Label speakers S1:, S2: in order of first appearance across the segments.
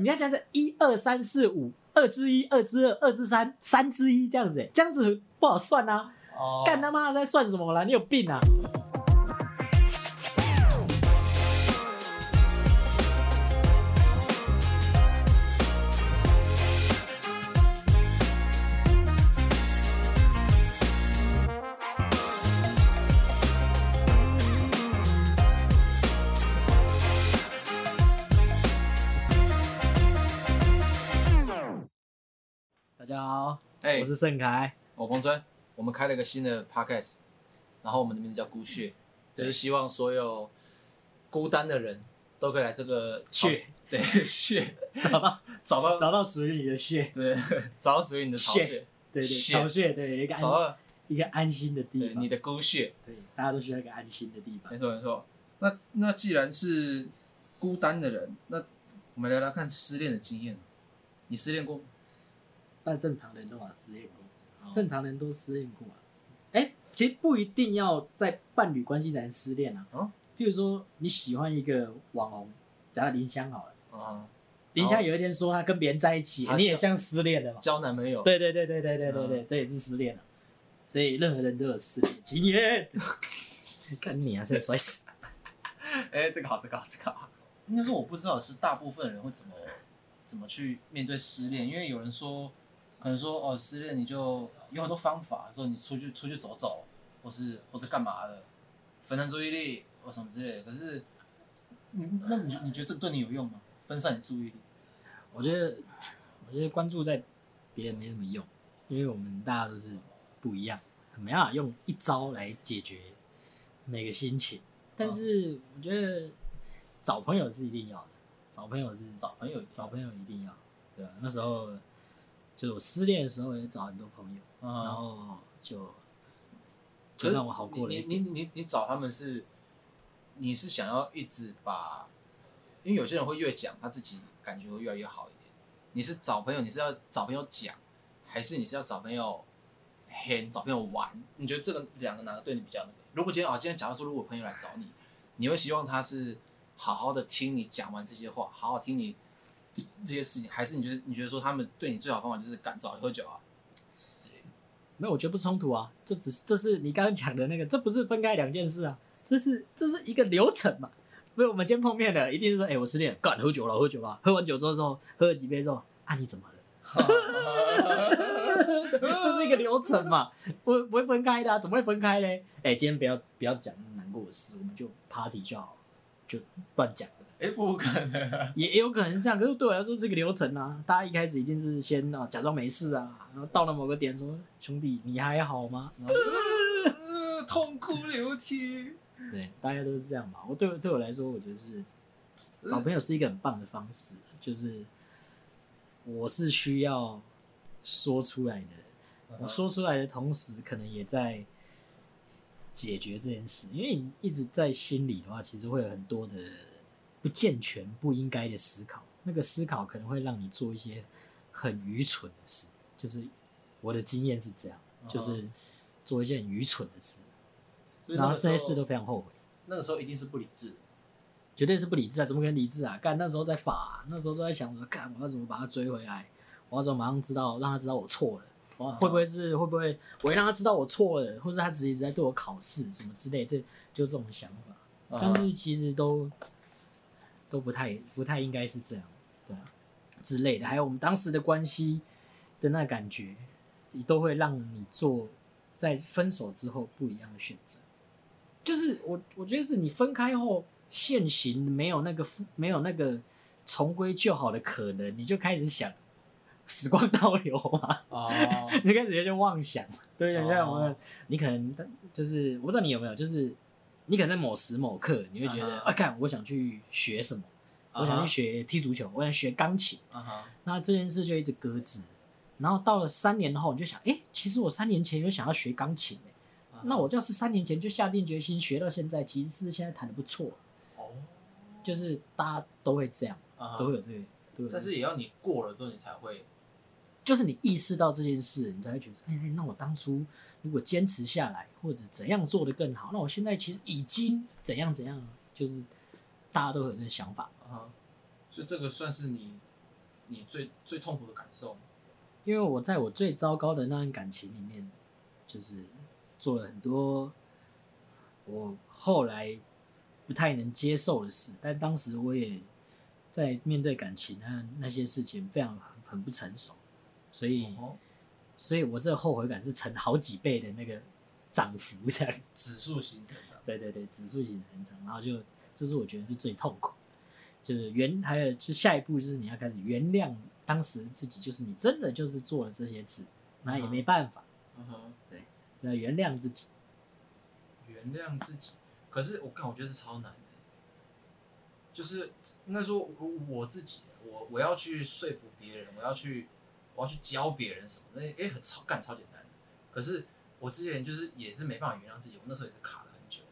S1: 你要这样子，一二三四五，二之一，二之二，二之三，三之一这样子，这样子不好算啊！
S2: 哦
S1: 干他妈的在算什么啦？你有病啊！大家好，
S2: 哎、
S1: 我是盛凯，
S2: 我彭川，我们开了个新的 podcast，然后我们的名字叫孤穴，就是希望所有孤单的人都可以来这个哦
S1: 穴，
S2: 对 穴
S1: 找到
S2: 找到
S1: 找到属于你的穴，
S2: 对 找到属于你的巢
S1: 穴
S2: 穴，
S1: 对对，
S2: 穴
S1: 巢穴，对一个
S2: 找
S1: 安
S2: 到
S1: 一个安心的地
S2: 对
S1: 方
S2: 你，的孤穴，
S1: 对，大家都需要一个安心的地方
S2: 没。错没错。那那既然是孤单的人，那我们聊聊看失恋的经验。你失恋过吗？
S1: 但正常人都嘛失恋过，
S2: 哦
S1: 正常人都失恋过啊。哎、其实不一定要在伴侣关系才能失恋啊。
S2: 哦
S1: 譬如说你喜欢一个网红，假如林湘好了，
S2: 啊，
S1: 林湘有一天说她跟别人在一起，
S2: 她
S1: 你也
S2: 就
S1: 像失恋了嘛？
S2: 交男朋友，
S1: 对对对对对对对对，
S2: 嗯
S1: 这也是失恋了。所以任何人都有失恋经 验。看你啊，这摔死！
S2: 哎、这个好，这个好，这个好。应该说我不知道是大部分人会怎么怎么去面对失恋，因为有人说，可能说哦，失恋你就有很多方法，说你出去出去走走，或是或者干嘛的，分散注意力或什么之类的。可是，你那你你觉得这对你有用吗？分散你注意力？
S1: 我觉得，我觉得关注在别人没什么用，因为我们大家都是不一样，很没办法用一招来解决每个心情。但是我觉得找朋友是一定要的，找朋友是
S2: 找朋友一定
S1: 找朋友一定要，对吧、那时候就是我失恋的时候，也找很多朋友，然
S2: 嗯，
S1: 后就
S2: 可
S1: 就是让我好过了
S2: 你
S1: 一点。
S2: 你你你你找他们是，你是想要一直把，因为有些人会越讲他自己感觉会越来越好一点。你是找朋友，你是要找朋友讲，还是你是要找朋友 hang 找朋友玩？你觉得这个两个哪个对你比较那个？如果今天啊，今天假如说如果朋友来找你，你会希望他是好好的听你讲完这些话，好好听你这些事情，还是你觉得你觉得说他们对你最好的方法就是赶早喝 酒啊？ 之类的
S1: 没有，我觉得不冲突啊，这只是这是你刚刚讲的那个，这不是分开两件事啊，这是这是一个流程嘛。不是我们今天碰面了，一定是说，哎、我失恋了，干喝酒了，喝酒了，喝完酒之后之后，喝了几杯之后，啊，你怎么了？这是一个流程嘛，不不会分开的、啊，怎么会分开呢？哎、今天不要不要讲难过的事，我们就 party 就好，就乱讲了。
S2: 哎、不可能、啊。
S1: 也也有可能是这样，可是对我来说是个流程啊。大家一开始一定是先啊假装没事啊，然后到了某个点说，兄弟你还好吗？然后
S2: 呃痛哭流涕。
S1: 对，大家都是这样吧。我对我对我来说，我觉得是
S2: 嗯
S1: 找朋友是一个很棒的方式，啊就是我是需要说出来的。
S2: 嗯
S1: 我
S2: 啊
S1: 说出来的同时，可能也在解决这件事，因为你一直在心里的话，其实会有很多的不健全、不应该的思考。那个思考可能会让你做一些很愚蠢的事，就是我的经验是这样，就是做一件很愚蠢的事，
S2: 所以
S1: 然
S2: 嗯那
S1: 后
S2: 个时
S1: 这
S2: 候
S1: 些事都非常后悔。
S2: 那个时候一定是不理智的。
S1: 绝对是不理智啊！怎么可能理智啊？干那时候在法、啊，那时候都在想说，干我要怎么把他追回来？我要怎么马上知道，让他知道我错了？我会不会是会不会我会让他知道我错了，或者他只是一直在对我考试什么之类？这就这种想法，
S2: 嗯啊
S1: 但是其实都都不太不太应该是这样，对啊之类的。还有我们当时的关系的那感觉，都会让你做在分手之后不一样的选择。就是我我觉得是你分开后现行没有那个复没有那个重归旧好的可能，你就开始想 时光倒流嘛，
S2: 哦，
S1: 你就开始有些妄想，对，
S2: 哦
S1: 有些我们你可能就是我不知道你有没有，就是你可能在某时某刻你会觉得
S2: 啊哈
S1: 啊，看我想去学什么，我想去学踢足球，我想学钢琴，
S2: 啊哈，
S1: 那这件事就一直搁置。然后到了三年后，你就想，哎，其实我三年前有想要学钢琴、欸，
S2: 啊哈
S1: 那我要是三年前就下定决心学到现在，其实是现在弹的不错，
S2: 哦，
S1: 就是大家都会这样，
S2: 啊哈
S1: 都会有这个，都会有这个
S2: 但是也要你过了之后，你才会
S1: 就是你意识到这件事，你才会觉得说，哎、哎那我当初如果坚持下来，或者怎样做得更好，那我现在其实已经怎样怎样了，就是大家都会有这个想法。
S2: 啊哈，所以这个算是你你最最痛苦的感受吗？
S1: 因为我在我最糟糕的那段感情里面，就是做了很多我后来不太能接受的事，但当时我也在面对感情那那些事情非常很不成熟，所以
S2: 哦，
S1: 所以我这个后悔感是成好几倍的那个涨幅这样。
S2: 指数型成长，
S1: 对对对，指数型的成长，然后就这是我觉得是最痛苦的，就是原还有就下一步就是你要开始原谅当时自己，就是你真的就是做了这些事，那也没办法，
S2: 嗯哼，
S1: 要原谅自己。
S2: 原谅自己。可是我看，我觉得是超难的，就是应该说我我自己，我我要去说服别人，我要去我要去教别人什么，那诶很超干超简单的。可是我之前就是也是没办法原谅自己，我那时候也是卡了很久。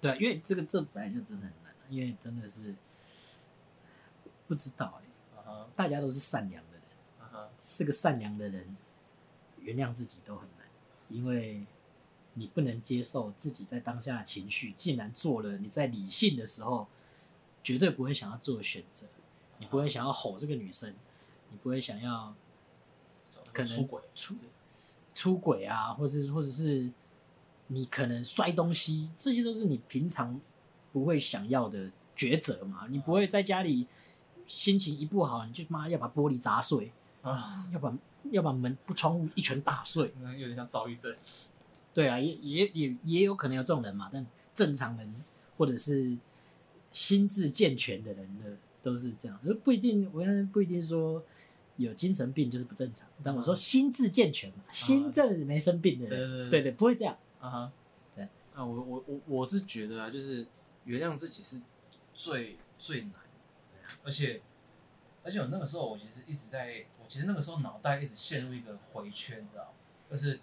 S1: 对，因为这个这本来就真的很难，啊因为真的是不知道、欸、
S2: 嗯哼，
S1: 大家都是善良的人，
S2: 嗯哼，
S1: 是个善良的人，原谅自己都很难，因为你不能接受自己在当下的情绪，竟然做了你在理性的时候绝对不会想要做的选择，你不会想要吼这个女生，你不会想要可能
S2: 出轨
S1: 出出轨啊，或是或者是你可能摔东西，这些都是你平常不会想要的抉择嘛，你不会在家里心情一不好你就妈要把玻璃砸碎。
S2: 啊，
S1: 要把要把门不窗户一拳打碎。
S2: 那有点像躁郁症。
S1: 对啊，也也也也有可能有这种人嘛，但正常人或者是心智健全的人呢，都是这样，就不一定，我认为不一定说有精神病就是不正常，但我说
S2: 嗯
S1: 心智健全嘛，心正没生病的人，
S2: 对对对
S1: 啊对对，不会这样。
S2: 啊哈，
S1: 对。
S2: 啊，我我我我是觉得啊，就是原谅自己是最最难的，啊而且而且我那个时候我其实一直在，我其实那个时候脑袋一直陷入一个回圈，你知道吗就是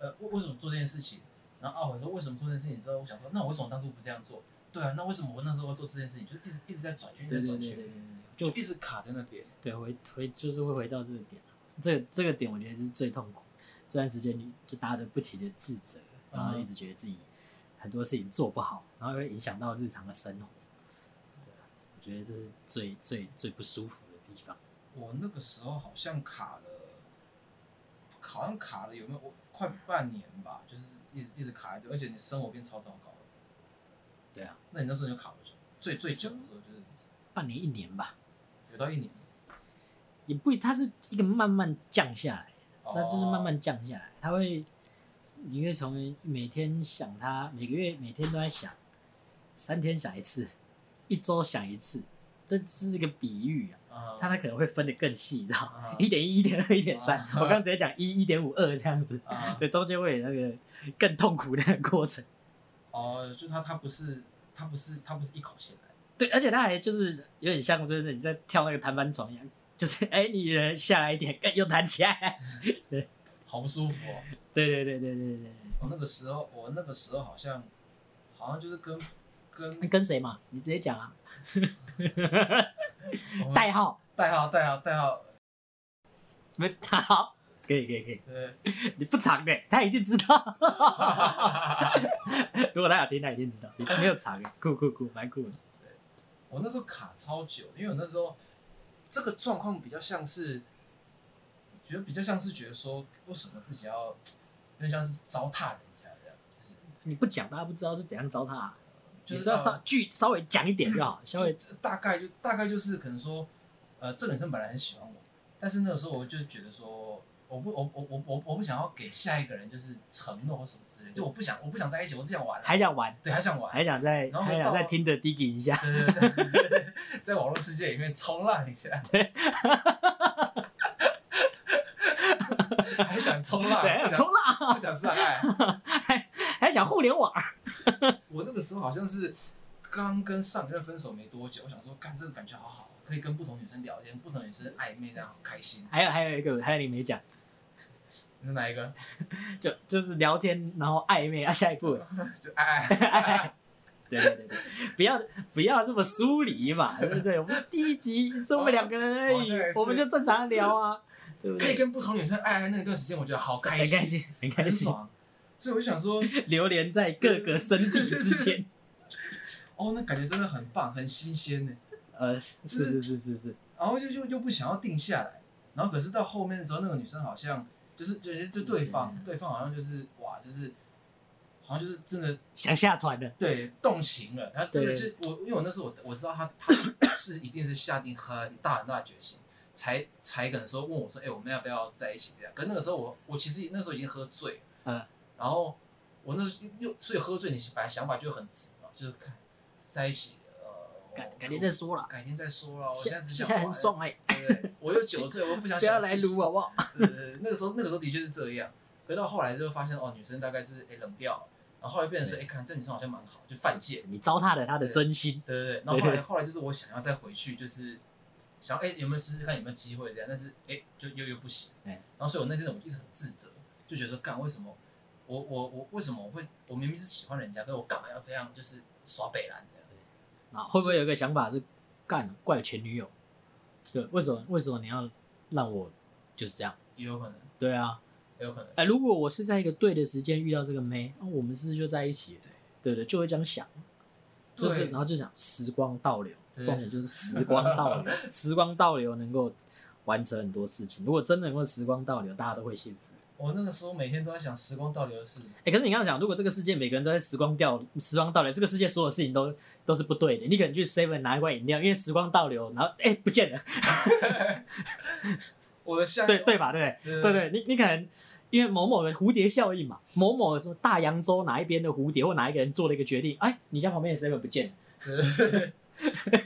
S2: 呃为为什么做这件事情，然后啊懊悔说为什么做这件事情之后，我想说那我为什么当初不这样做？对啊，那为什么我那时候要做这件事情？就是一直一直在转圈，一直
S1: 对对
S2: 在转
S1: 对对对
S2: 圈，
S1: 对，
S2: 就
S1: 就
S2: 一直卡在那边。
S1: 对回回就是会回到这个点，啊这个这个点我觉得是最痛苦。这段时间你就大家都不停的自责，
S2: 嗯
S1: 然后一直觉得自己很多事情做不好，然后会影响到日常的生活。对啊，我觉得这是最最最不舒服的地方。
S2: 我那个时候好像卡了，好像卡了有没有？我快半年吧，就是一直一直卡在这，而且你生活变超糟糕了。
S1: 对啊，
S2: 那你那时候你就卡多久？最最久的时候就是
S1: 半年一年吧，
S2: 有到一年，
S1: 也不，它是一个慢慢降下来，它就是慢
S2: 哦
S1: 慢降下来，它会，你会从每天想它，每个月每天都在想，三天想一次，一周想一次，这只是一个比喻啊。
S2: 啊，
S1: 它它可能会分得更细，你知道
S2: 啊
S1: 一点一、一点二、一点三
S2: 啊，
S1: 我刚刚直接讲一、一点五、二这样子
S2: 啊，
S1: 对，中间会有那个更痛苦的过程。
S2: 哦，就他他不是他不是他不是一口气来，
S1: 对，而且它还就是有点像，就是你在跳那个弹板床一样，就是哎、你人下来一点，哎又弹起来。
S2: 好不舒 服哦。
S1: 对对对对对对
S2: 我那个时候我那个时候好像好像就是跟跟
S1: 你跟谁嘛？你直接讲啊，
S2: 我们
S1: 代号，
S2: 代号代号代号，
S1: 没代号，可以可以可以，
S2: 对，
S1: 你不藏的，他一定知道。 如果他有听，他一定知道，你没有藏的，酷酷酷，蛮酷的。
S2: 我那时候卡超久，因为我那时候这个状况比较像是，觉得比较像是觉得说，为什么自己要有点像是糟蹋人家这样，就是
S1: 你不讲，大家不知道是怎样糟蹋、啊。
S2: 就
S1: 就是是要稍
S2: 呃
S1: 句稍微讲一点就好，稍微
S2: 就大概就大概就是可能说，呃，这个女生本来很喜欢我，但是那个时候我就觉得说。我不，我我我我我不想要给下一个人就是承诺或什么之类，就我不想我不想在一起，我只想玩、啊
S1: 还想玩，
S2: 对，还想玩，
S1: 还想再
S2: 然后
S1: 还想
S2: 到
S1: 再听的 digging 一下，
S2: 对对对对对，在网络世界里面冲浪一下，还想冲浪，
S1: 对，还
S2: 不
S1: 想
S2: 想
S1: 冲浪，
S2: 不想上岸。
S1: 还还想互联网，
S2: 我那个时候好像是刚跟上一任分手没多久，我想说，干这个感觉好好，可以跟不同女生聊天，不同女生暧昧，这样好开心。
S1: 还有还有一个还有你没讲，
S2: 你是哪一个？
S1: 就就是聊天，然后暧昧啊，下一步，
S2: 就爱 爱。
S1: 对对对对，不要不要这么疏离 嘛，对不对？我们第一集就我们两个人而
S2: 好像也
S1: 已，
S2: 哦是
S1: 我们就正常聊啊，对不
S2: 可以
S1: 对？
S2: 跟不同女生爱爱那段时间，我觉得好
S1: 很
S2: 开
S1: 开
S2: 心，
S1: 心，很开
S2: 很
S1: 心，
S2: 爽。所以我就想说，
S1: 流连在各个身体之 间，
S2: 哦，那感觉真的很棒，很新鲜呢。
S1: 呃，是是是是是，
S2: 啊、然后就又又不想要定下来，然后可是到后面的时候，那个女生好像就是就就就对方、
S1: 嗯
S2: 对方好像就是哇，就是好像就是真的
S1: 想下船了，
S2: 对动情了，她真的就
S1: 对
S2: 我因为我那时候我我知道她她是一定是下定很大很大的决心，才才可能说问我说，哎、我们要不要在一起这样？可是那个时候我我其实那时候已经喝醉了，
S1: 嗯，
S2: 然后我那时候又所以喝醉，你本来想法就很直嘛，就是看在一起，呃，
S1: 改
S2: 我
S1: 改天再说了。
S2: 改天再说了，我现
S1: 现
S2: 在只
S1: 现
S2: 想
S1: 在
S2: 玩
S1: 很爽哎、
S2: 对不对？我又酒醉，我不想
S1: 不要来撸
S2: 啊。
S1: 好不好？
S2: 对对对那个时候，那个时候的确是这样。可到后来就发现，哦，女生大概是哎冷掉了，然后后来变成说，哎，看这女生好像蛮好，就犯贱，
S1: 你糟蹋了他的真心，
S2: 对对对。然后后
S1: 对
S2: 来
S1: 对
S2: 后来就是我想要再回去，就是想哎有没有试试看有没有机会这样，但是哎就又又不行。
S1: 哎
S2: 然后所以我那阵子我一直很自责，就觉得说干为什么我我我为什么我会我明明是喜欢人家，但我干嘛要这样就是耍北兰的？
S1: 啊，会不会有一个想法是干怪我前女友？对，为什么为什么你要让我就是这样？
S2: 也有可能，
S1: 对啊，
S2: 也有可能。
S1: 哎、如果我是在一个对的时间遇到这个妹，啊那、我们是不是就在一起了？对的，就会这样想，就是
S2: 对
S1: 然后就想时光倒流，
S2: 对
S1: 重点就是时光倒 流，时光倒流能够完成很多事情。如果真的能够时光倒流，大家都会幸福。
S2: 我那个时候每天都在想时光倒流的事，
S1: 哎、可是你刚刚讲，如果这个世界每个人都在时光掉时光倒流，这个世界所有事情都都是不对的。你可能去 Seven 拿一罐饮料，因为时光倒流，然后哎、不见了，
S2: 我的下一
S1: 对
S2: 个
S1: 对吧？对不对？
S2: 对
S1: 对对，你你可能因为某某的蝴蝶效应嘛，某某什么大洋洲哪一边的蝴蝶或哪一个人做了一个决定，哎，你家旁边的 seven 不见了，
S2: 对，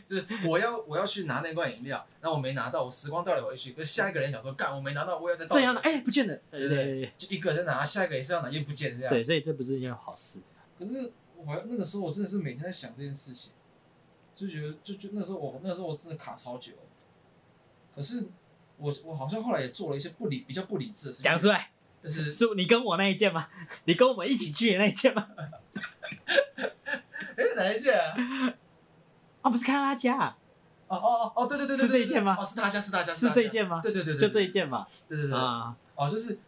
S2: 就是我要我要去拿那罐饮料，然后我没拿到，我时光倒流回去。可是下一个人想说，干我没拿到，我要再倒
S1: 这
S2: 流
S1: 样的哎不见了，对
S2: 对
S1: 对
S2: 对
S1: 对对
S2: 就一个人拿，下一个也是要拿，又不见这样。
S1: 对，所以这不是一件好事。
S2: 可是我那个时候我真的是每天在想这件事情，就觉得就就那时候我那时候我真的卡超久了。可是我我好像后来也做了一些不理比较不理智的事情，
S1: 讲出来，
S2: 就是
S1: 是你跟我那一件吗？你跟我们一起去的那一件吗？
S2: 哎哪一件啊？
S1: 啊，不是看到他家啊，
S2: 哦哦哦哦，对对对对，
S1: 是这一件吗
S2: 哦，是他家，是他家，
S1: 是
S2: 他
S1: 这一
S2: 家。
S1: 件吗？
S2: 对对对对，
S1: 就这
S2: 对
S1: 一件嘛。
S2: 对对对。
S1: 啊，
S2: 哦，就是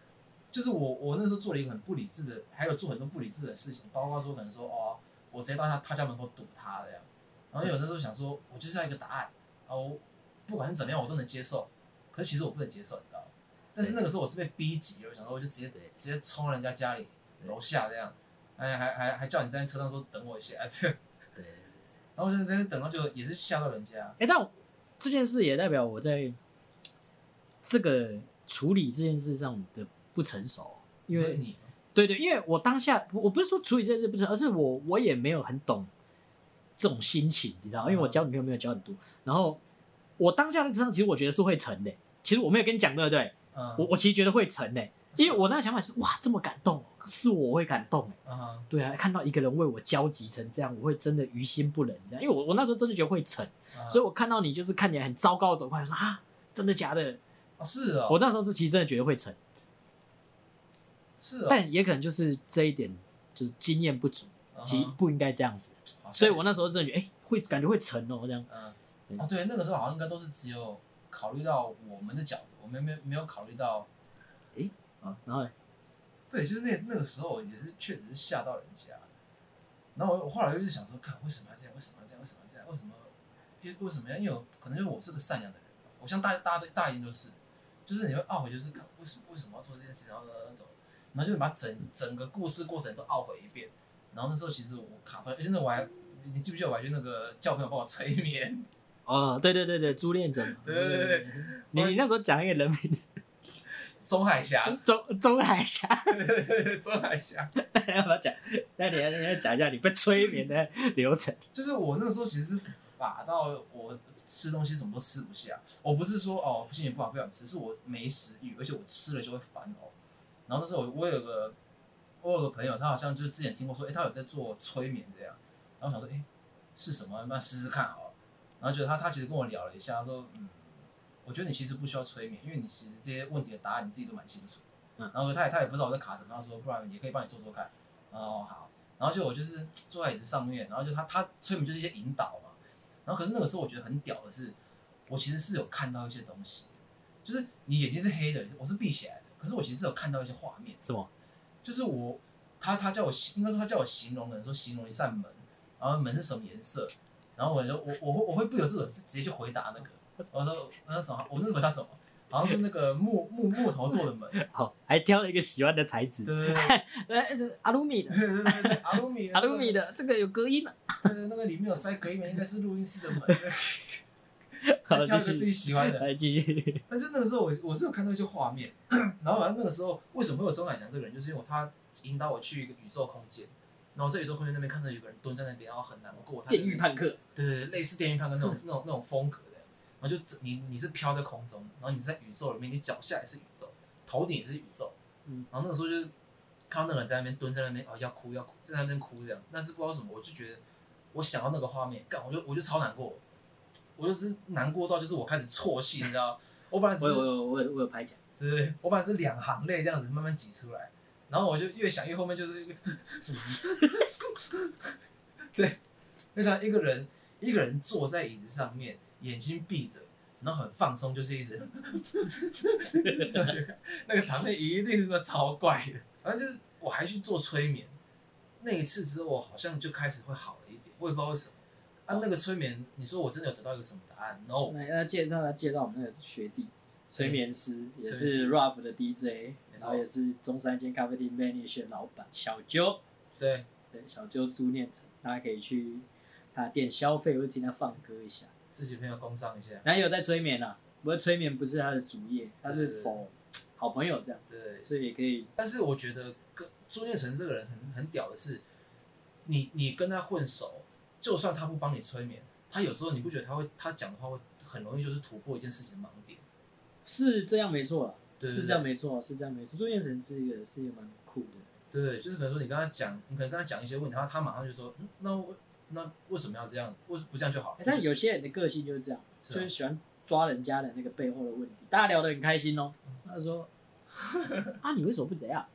S2: 就是我我那时候做了一个很不理智的，还有做很多不理智的事情，包括说可能说哦，我直接到他他家门口堵他这样，然后有那时候想说，我就是要一个答案，然后不管是怎么样我都能接受，可是其实我不能接受，你知道吗？但是那个时候我是被逼急了，我想说我就直接
S1: 对
S2: 直接冲到人家家里
S1: 对
S2: 楼下这样，哎还还还叫你站在车上说等我一下， 这样
S1: 对。
S2: 然后我就在那边等到就也是吓到人家，
S1: 哎、但我这件事也代表我在这个处理这件事上的不成熟，因
S2: 就是
S1: 为
S2: 你
S1: 对对，因为我当下我我不是说处理这件事不是，而是我我也没有很懂这种心情，你知道吗，因为我
S2: 嗯
S1: 交女朋友没有交很多，然后我当下在职场其实我觉得是会成的，其实我没有跟你讲对不对？
S2: 嗯
S1: 我我其实觉得会成的，
S2: 是
S1: 因为我那个想法是哇这么感动，哦是我会感动哎，
S2: 嗯
S1: 对啊，看到一个人为我焦急成这样，我会真的于心不忍这样，因为我我那时候真的觉得会成，
S2: 嗯
S1: 所以我看到你就是看起来很糟糕的走过来，我说啊真的假的？
S2: 哦是哦
S1: 我那时候是其实真的觉得会成。
S2: 是哦，
S1: 但也可能就是这一点，就是经验不足，
S2: 嗯
S1: 其实
S2: 哼
S1: 不应该这样子。
S2: 好像
S1: 所以
S2: 也
S1: 我那
S2: 是
S1: 时候真的觉得，哎、会感觉会沉哦、这样。
S2: 嗯，
S1: 嗯
S2: 哦，对，那个时候好像应该都是只有考虑到我们的角度，我们没有没有考虑到，
S1: 啊，然后
S2: 对，就是那那个时候也是确实是吓到人家。然后我我后来就是想说，看为什么要这样？为什么要这样？为什么要这样？为什么？因为为什么要？因为我可能因为我是个善良的人吧，我像大大家都大家一定都是，就是你会懊悔，就是看为什么为什么要做这件事，然后然后然后怎么，然后就把整整个故事过程都懊悔一遍。然后那时候其实我卡在，而且那我还，你你记不记得我还去那个叫朋友帮我催眠？
S1: 哦，对对对对，朱恋者嘛，嗯
S2: 对对对对
S1: 你你那时候讲一个人名，
S2: 钟海霞，
S1: 中中海峡，
S2: 钟海霞，
S1: 要不要讲？那你要你要讲一下你被催眠的流程。
S2: 就是我那时候其实是乏到我吃东西什么都吃不下。我不是说哦心情不好不想吃，是我没食欲，而且我吃了就会烦哦。然后那时候我我有个我有个朋友，他好像就是之前听过说，哎、他有在做催眠这样。然后我想说，哎、是什么？那试试看好了。然后觉得他他其实跟我聊了一下，他说，嗯，我觉得你其实不需要催眠，因为你其实这些问题的答案你自己都蛮清楚。
S1: 嗯
S2: 然后他也他也不知道我在卡什么，他说不然也可以帮你做做看。哦好，然后就我就是坐在椅子上面，然后就他他催眠就是一些引导嘛，然后可是那个时候我觉得很屌的是，我其实是有看到一些东西，就是你眼睛是黑的，我是闭起来的，可是我其实是有看到一些画面，
S1: 什么？
S2: 就是我他他叫我形应该说他叫我形容，可能说形容一扇门，然后门是什么颜色，然后我就我我会我会不由自主地直接去回答那个，我说我说什么？我那时候叫什么？好像是那个木木木头做的门，
S1: 好，还挑了一个喜欢的材
S2: 对
S1: 质，
S2: 对对
S1: 哎，是阿鲁米的，
S2: 对对对，阿鲁米
S1: 阿鲁米，的，这个有隔音的。
S2: 对对，那个里面有塞隔音门，应该是录音室的门，
S1: 好，
S2: 挑一个
S1: 继
S2: 自
S1: 续，
S2: 己喜 欢的。
S1: 来继续。
S2: 但是那个时候我我是有看到一些画面， 然后反正那个时候为什么会有钟海翔这个人，就是因为他引导我去一个宇宙空间，然后在宇宙空间那边看到有个人蹲在那边，然后很难过，他在那
S1: 电
S2: 边
S1: 狱判客，
S2: 对对对，类似电影判跟
S1: 嗯
S2: 那种那种那种风格的，然后就整你你是飘在空中，然后你是在宇宙里面，你脚下也是宇宙，头顶也是宇宙，
S1: 嗯，
S2: 然后那个时候就是看到那个人在那边蹲在那边哦要哭要哭在那边哭这样子，但是不知道为什么，我就觉得我想到那个画面，干我就我就超难过，我就是难过到就是我开始啜泣，你知道吗，我本来只
S1: 我有我
S2: 是
S1: 有我有我有拍起来，
S2: 对对对，我本来是两行泪这样子慢慢挤出来，然后我就越想越后面就是一个 对，那个一个人一个人坐在椅子上面，眼睛闭着，然后很放松，就是一直 那个场面一定是那超怪的。反正就是我还去做催眠，那一次之后我好像就开始会好了一点，我也不知道为什么。啊，那个催眠，你说我真的有得到一个什么答案？No，
S1: 来那介绍介绍我们那个学弟，催眠师也
S2: 催眠
S1: 是
S2: 师
S1: Ruff 的 DJ，
S2: 没错
S1: 然后也是中山间咖啡厅 Vanish 的老板小啾，
S2: 对，
S1: 对小啾朱念成，大家可以去他的店消费，或者听他放歌一下。
S2: 自己朋友工商一下，
S1: 然后也有在催眠啊，不过催眠不是他的主业，他是否好朋友这样，
S2: 对，
S1: 所以也可以
S2: 但是我觉得跟朱建成这个人很很屌的是，你你跟他混熟，就算他不帮你催眠，他有时候你不觉得他会他讲的话会很容易就是突破一件事情的盲点，
S1: 是这样没错啦，
S2: 对对
S1: 是这样没错，是这样没错。朱彦成是一个是一个蛮酷的，
S2: 对对，就是可能说你跟他讲，你可能跟他讲一些问题，然后他马上就说，嗯，那我那为什么要这样？为不这样就好
S1: 哎？但有些人的个性就是这样，
S2: 是
S1: 就
S2: 啊
S1: 是喜欢抓人家的那个背后的问题。大家聊得很开心哦，他说 啊你为什么不怎样？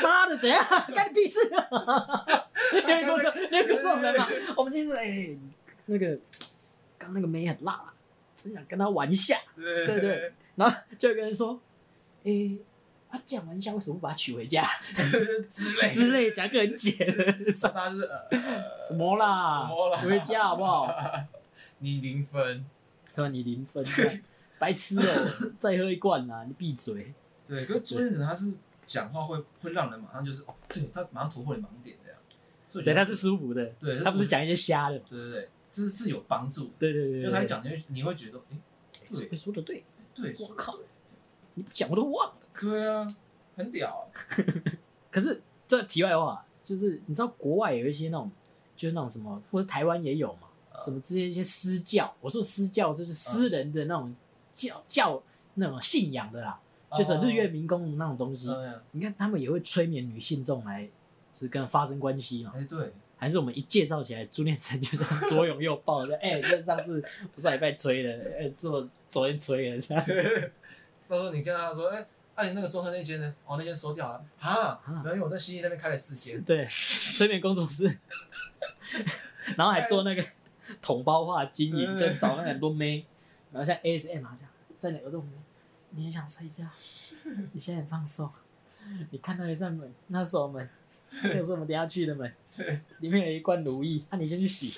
S1: 妈的怎样？ 干你屁事！你别跟我说，你别跟我说我们来骂，我们今天是哎那个刚那个妹很辣啊，真想跟她玩一下。
S2: 对
S1: 对对然后就有个人说：“诶、啊，讲完一下为什么不把它娶回 家
S2: 对，之类
S1: 之
S2: 类，
S1: 类，讲个很简的，什
S2: 大家就是呃呃
S1: 什么啦，
S2: 什么啦
S1: 回家好不好？
S2: 你零分，
S1: 他说你零 分，干白痴哦、再喝一罐啊，你闭嘴。
S2: 对，可是朱建成他是讲话会会让人马上就是哦，对他马上突破你盲点这样，所以我觉
S1: 对，
S2: 得
S1: 他是舒服的，
S2: 对，
S1: 他不是讲一些瞎的。
S2: 对对对，这是是有帮助的，
S1: 对对对
S2: 因
S1: 对，
S2: 为他一讲，你会你会觉得，哎、
S1: 对，
S2: 对
S1: 会说的对，
S2: 对，
S1: 我
S2: 说得
S1: 靠
S2: 对，
S1: 你不讲我都忘了。
S2: 对啊，很屌、啊，
S1: 可是这题外话，就是你知道国外有一些那种，就是那种什么，或者台湾也有嘛，
S2: 嗯
S1: 什么这些一些私教，我说私教就是私
S2: 呃
S1: 人的那种教教那种信仰的啦，
S2: 哦
S1: 就是日月民工那种东西。
S2: 嗯，哎、
S1: 你看他们也会催眠女性众来，就是跟她发生关系嘛。
S2: 哎对，
S1: 还是我们一介绍起来，朱念成就这 样左拥右抱，说：“哎、这上次我上礼拜催的，哎、这我昨天催的，这样。
S2: 到时候你跟他说，哎、那、你那个中和那间呢？哦，那间收掉了啊
S1: 啊，
S2: 没有，因为我在西医那边开了 四间，
S1: 对，催眠工作室， 然后还做那个同胞化经营，就找那很多妹，然后像 ASM 啊这样，在哪个洞里面，你很想睡觉，你现在很放松，你看到一扇门，那是我 们，那个是我们等一下去的门，
S2: 对，
S1: 里面有一罐如意，那、你先去洗，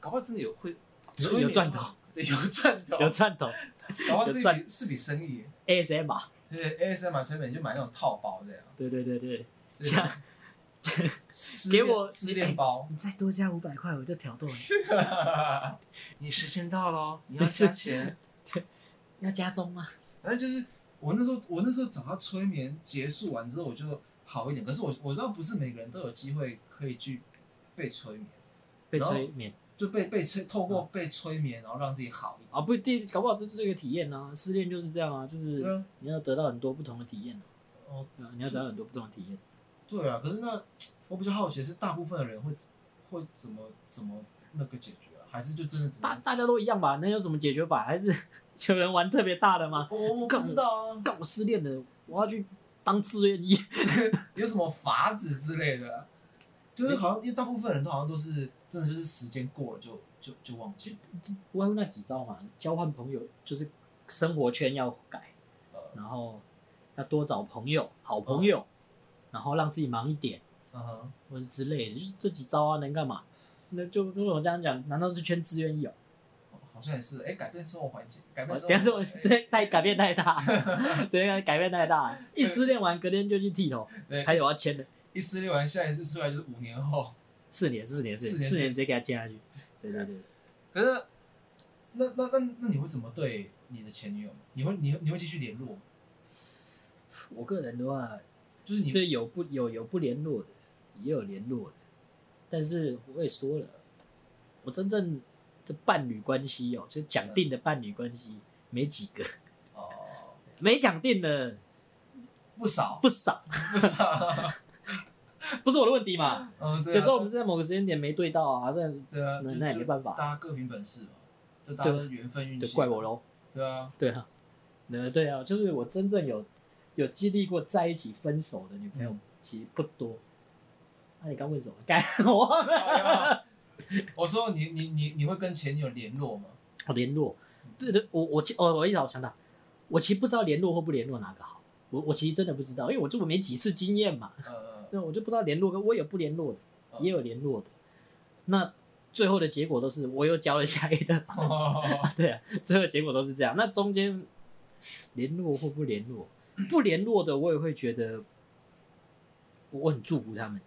S2: 搞不好真的有会，
S1: 有
S2: 催眠啊
S1: 有赚到，
S2: 对，有赚到，
S1: 有串头
S2: 搞不好是一
S1: 有赚
S2: 笔是笔生意，
S1: ASM 啊，
S2: 对，ASM 买催眠就买那种套包这样，
S1: 对对对对，
S2: 对啊
S1: 像
S2: 失
S1: 给
S2: 恋
S1: 我
S2: 失恋包。
S1: 你再多加五百块，我就挑逗你，
S2: 你时间到喽，你要加钱。
S1: 要加钟吗？
S2: 反正哎就是我那时候，我那时候找他催眠结束完之后，我就好一点。可是我我知道不是每个人都有机会可以去被催眠，
S1: 被
S2: 然后
S1: 催眠。
S2: 就被被催透过被催眠，然后让自己好一点。
S1: 啊，不一定，搞不好这就是一个体验呢、失恋就是这样啊，就是
S2: 对啊
S1: 你要得到很多不同的体验、啊、
S2: 哦，
S1: 对啊你要得到很多不同的体验。
S2: 对啊。可是那我比较好奇的是，大部分的人会会怎么怎么那个解决啊？还是就真的只
S1: 大
S2: 能
S1: 大家都一样吧？能有什么解决法？还是 有人玩特别大的 吗？
S2: 我我我不知道啊，
S1: 干我失恋了，我要去当志愿医。
S2: 有什么法子之类的啊、就是好像因为大部分人都好像都是真的就是时间过了就就就忘记了。
S1: 不外乎那几招嘛，交换朋友就是生活圈要改，
S2: 呃
S1: 然后要多找朋友，好朋友，然后让自己忙一点，
S2: 嗯哼，
S1: 或是之类的，就是这几招啊，能干嘛？那就如果我这样讲，难道是圈志愿意哦？
S2: 好好像也是，哎，改变生活环境，改
S1: 我
S2: 变生活
S1: 等一下
S2: 环境。
S1: 说，直接太改变太大， 直接改变太大，一失恋完隔天就去剃头，
S2: 对
S1: 还有啊要签的，
S2: 一撕裂完，下一次出来就是五年后。
S1: 四年四年四
S2: 四
S1: 年
S2: 年
S1: 四年直接给他签下去，对对对，
S2: 可是，那那那那你会怎么对你的前女友？你会你会你会继续联络吗？
S1: 我个人的话，
S2: 就是你
S1: 对有不有有不联络的，也有联络的，但是我也说了，我真正的伴侣关系哦，就讲定的伴侣关系没几个，
S2: 哦，
S1: 没讲定的
S2: 不少
S1: 不少，
S2: 不少。
S1: 不是我的问题嘛。
S2: 嗯，对啊。
S1: 有时候我们是在某个时间点没对到啊，那
S2: 对啊，
S1: 那
S2: 就
S1: 那也没办法
S2: 就大家各凭本事嘛，就大家都缘分运
S1: 就
S2: 气。
S1: 怪我。喽。
S2: 对啊，
S1: 对啊，呃，对啊，就是我真正有有经历过在一起分手的女朋友
S2: 嗯
S1: 其实不多。那、你刚问什么？该 我忘了。
S2: 哎呀我说你你你你会跟前女友联络吗？
S1: 好哦联络。对对，我我其哦，我一早想到，我其实不知道联络或不联络哪个好，我我其实真的不知道，因为我就没几次经验嘛，
S2: 呃，
S1: 那我就不知道联络跟我有不联络的，
S2: 呃
S1: 也有联络的。那最后的结果都是我又交了下一个，
S2: 呃
S1: 对、啊，最后结果都是这样。那中间联络或不联络，不联络的我也会觉得我我很祝福他们。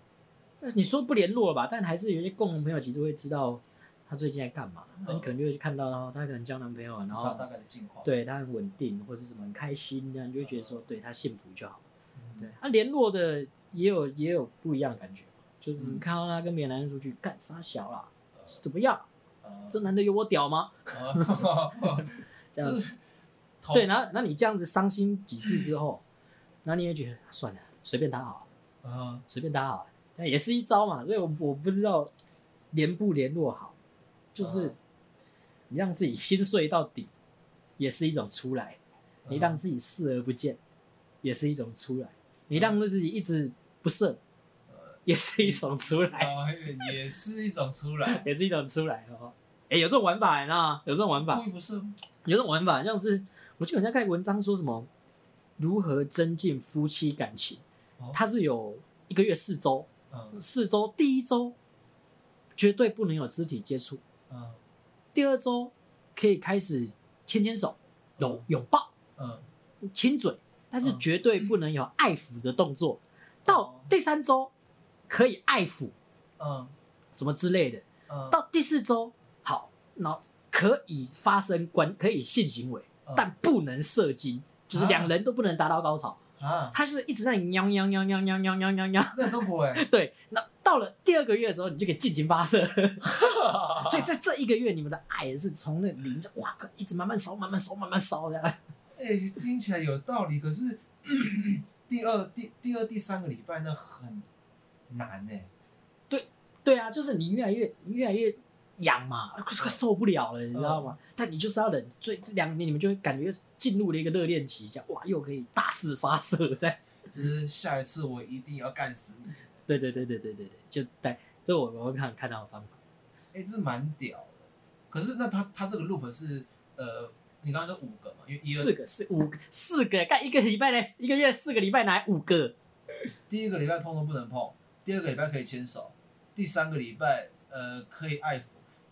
S1: 但你说不联络了吧，但还是有一些共同朋友其实会知道他最近在干嘛，那你可能就会去看到，然后他可能交男朋友， 然
S2: 嗯他
S1: 后
S2: 大概的近况。
S1: 对他很稳定或是什么很开心，这样你就会觉得说对他幸福就好。
S2: 嗯，
S1: 对，他、联络的也有也有不一样的感觉，就是
S2: 嗯
S1: 你看到他跟别的男人出去干啥小啦，
S2: 呃
S1: 是怎么样？
S2: 呃
S1: 这男的有我屌吗？
S2: 呃
S1: 哦 这样
S2: 这是头
S1: 对，然后那你这样子伤心几次之后，然后你也觉得啊算了，随便他好，
S2: 啊，
S1: 随便他好，但也是一招嘛。所以我我不知道联不联络好，就是
S2: 嗯
S1: 你让自己心碎到底，也是一种出来；你让自己视而不见，也是一种出来；你让自己一直不射，也是一种出来，
S2: 啊，也是一种出来，
S1: 也是一种出来哦。哎、有这种玩法你知道吗？有这种玩法，
S2: 故意不是吗？
S1: 有种玩法，像是我记得人家看文章说什么如何增进夫妻感情
S2: 哦，
S1: 它是有一个月四周，
S2: 嗯
S1: 四周第一周绝对不能有肢体接触，
S2: 嗯
S1: 第二周可以开始牵牵手、拥拥抱、
S2: 嗯，
S1: 亲嘴，但是
S2: 嗯
S1: 绝对不能有爱抚的动作。到第三周可以爱抚
S2: 嗯
S1: 什么之类的，
S2: 嗯，
S1: 到第四周好，然后可以发生关可以性行为。
S2: 嗯
S1: 但不能射精，就是两
S2: 啊
S1: 人都不能达到高潮。
S2: 啊，
S1: 他就是一直在喵喵喵喵喵喵喵喵喵。
S2: 那都不会，
S1: 对，那到了第二个月的时候，你就可以尽情发射。所
S2: 所
S1: 以在这一个月，你们的爱是从那零，就哇靠，一直慢慢烧，慢慢烧，慢慢烧这样。
S2: 哎、听起来有道理，可是 第二、第第二、第三个礼拜那很难欸呢、
S1: 对啊，就是你越来越你越来越痒嘛，快快受不了了，你知道吗？但你就是要忍，最这两年你们就会感觉进入了一个热恋期，这样哇，又可以大肆发射这样。
S2: 就是下一次我一定要干死你，
S1: 对对对对对对对，就对，这我我看看到的方法。
S2: 哎、这蛮屌的。可是那他他这个 loop 是呃，你刚刚说五个嘛，因为一
S1: 四
S2: 二
S1: 个四五个四个，干一个礼拜来一个月四个礼拜来五个，
S2: 第一个礼拜碰都不能碰，第二个礼拜可以牵手，第三个礼拜呃可以爱抚，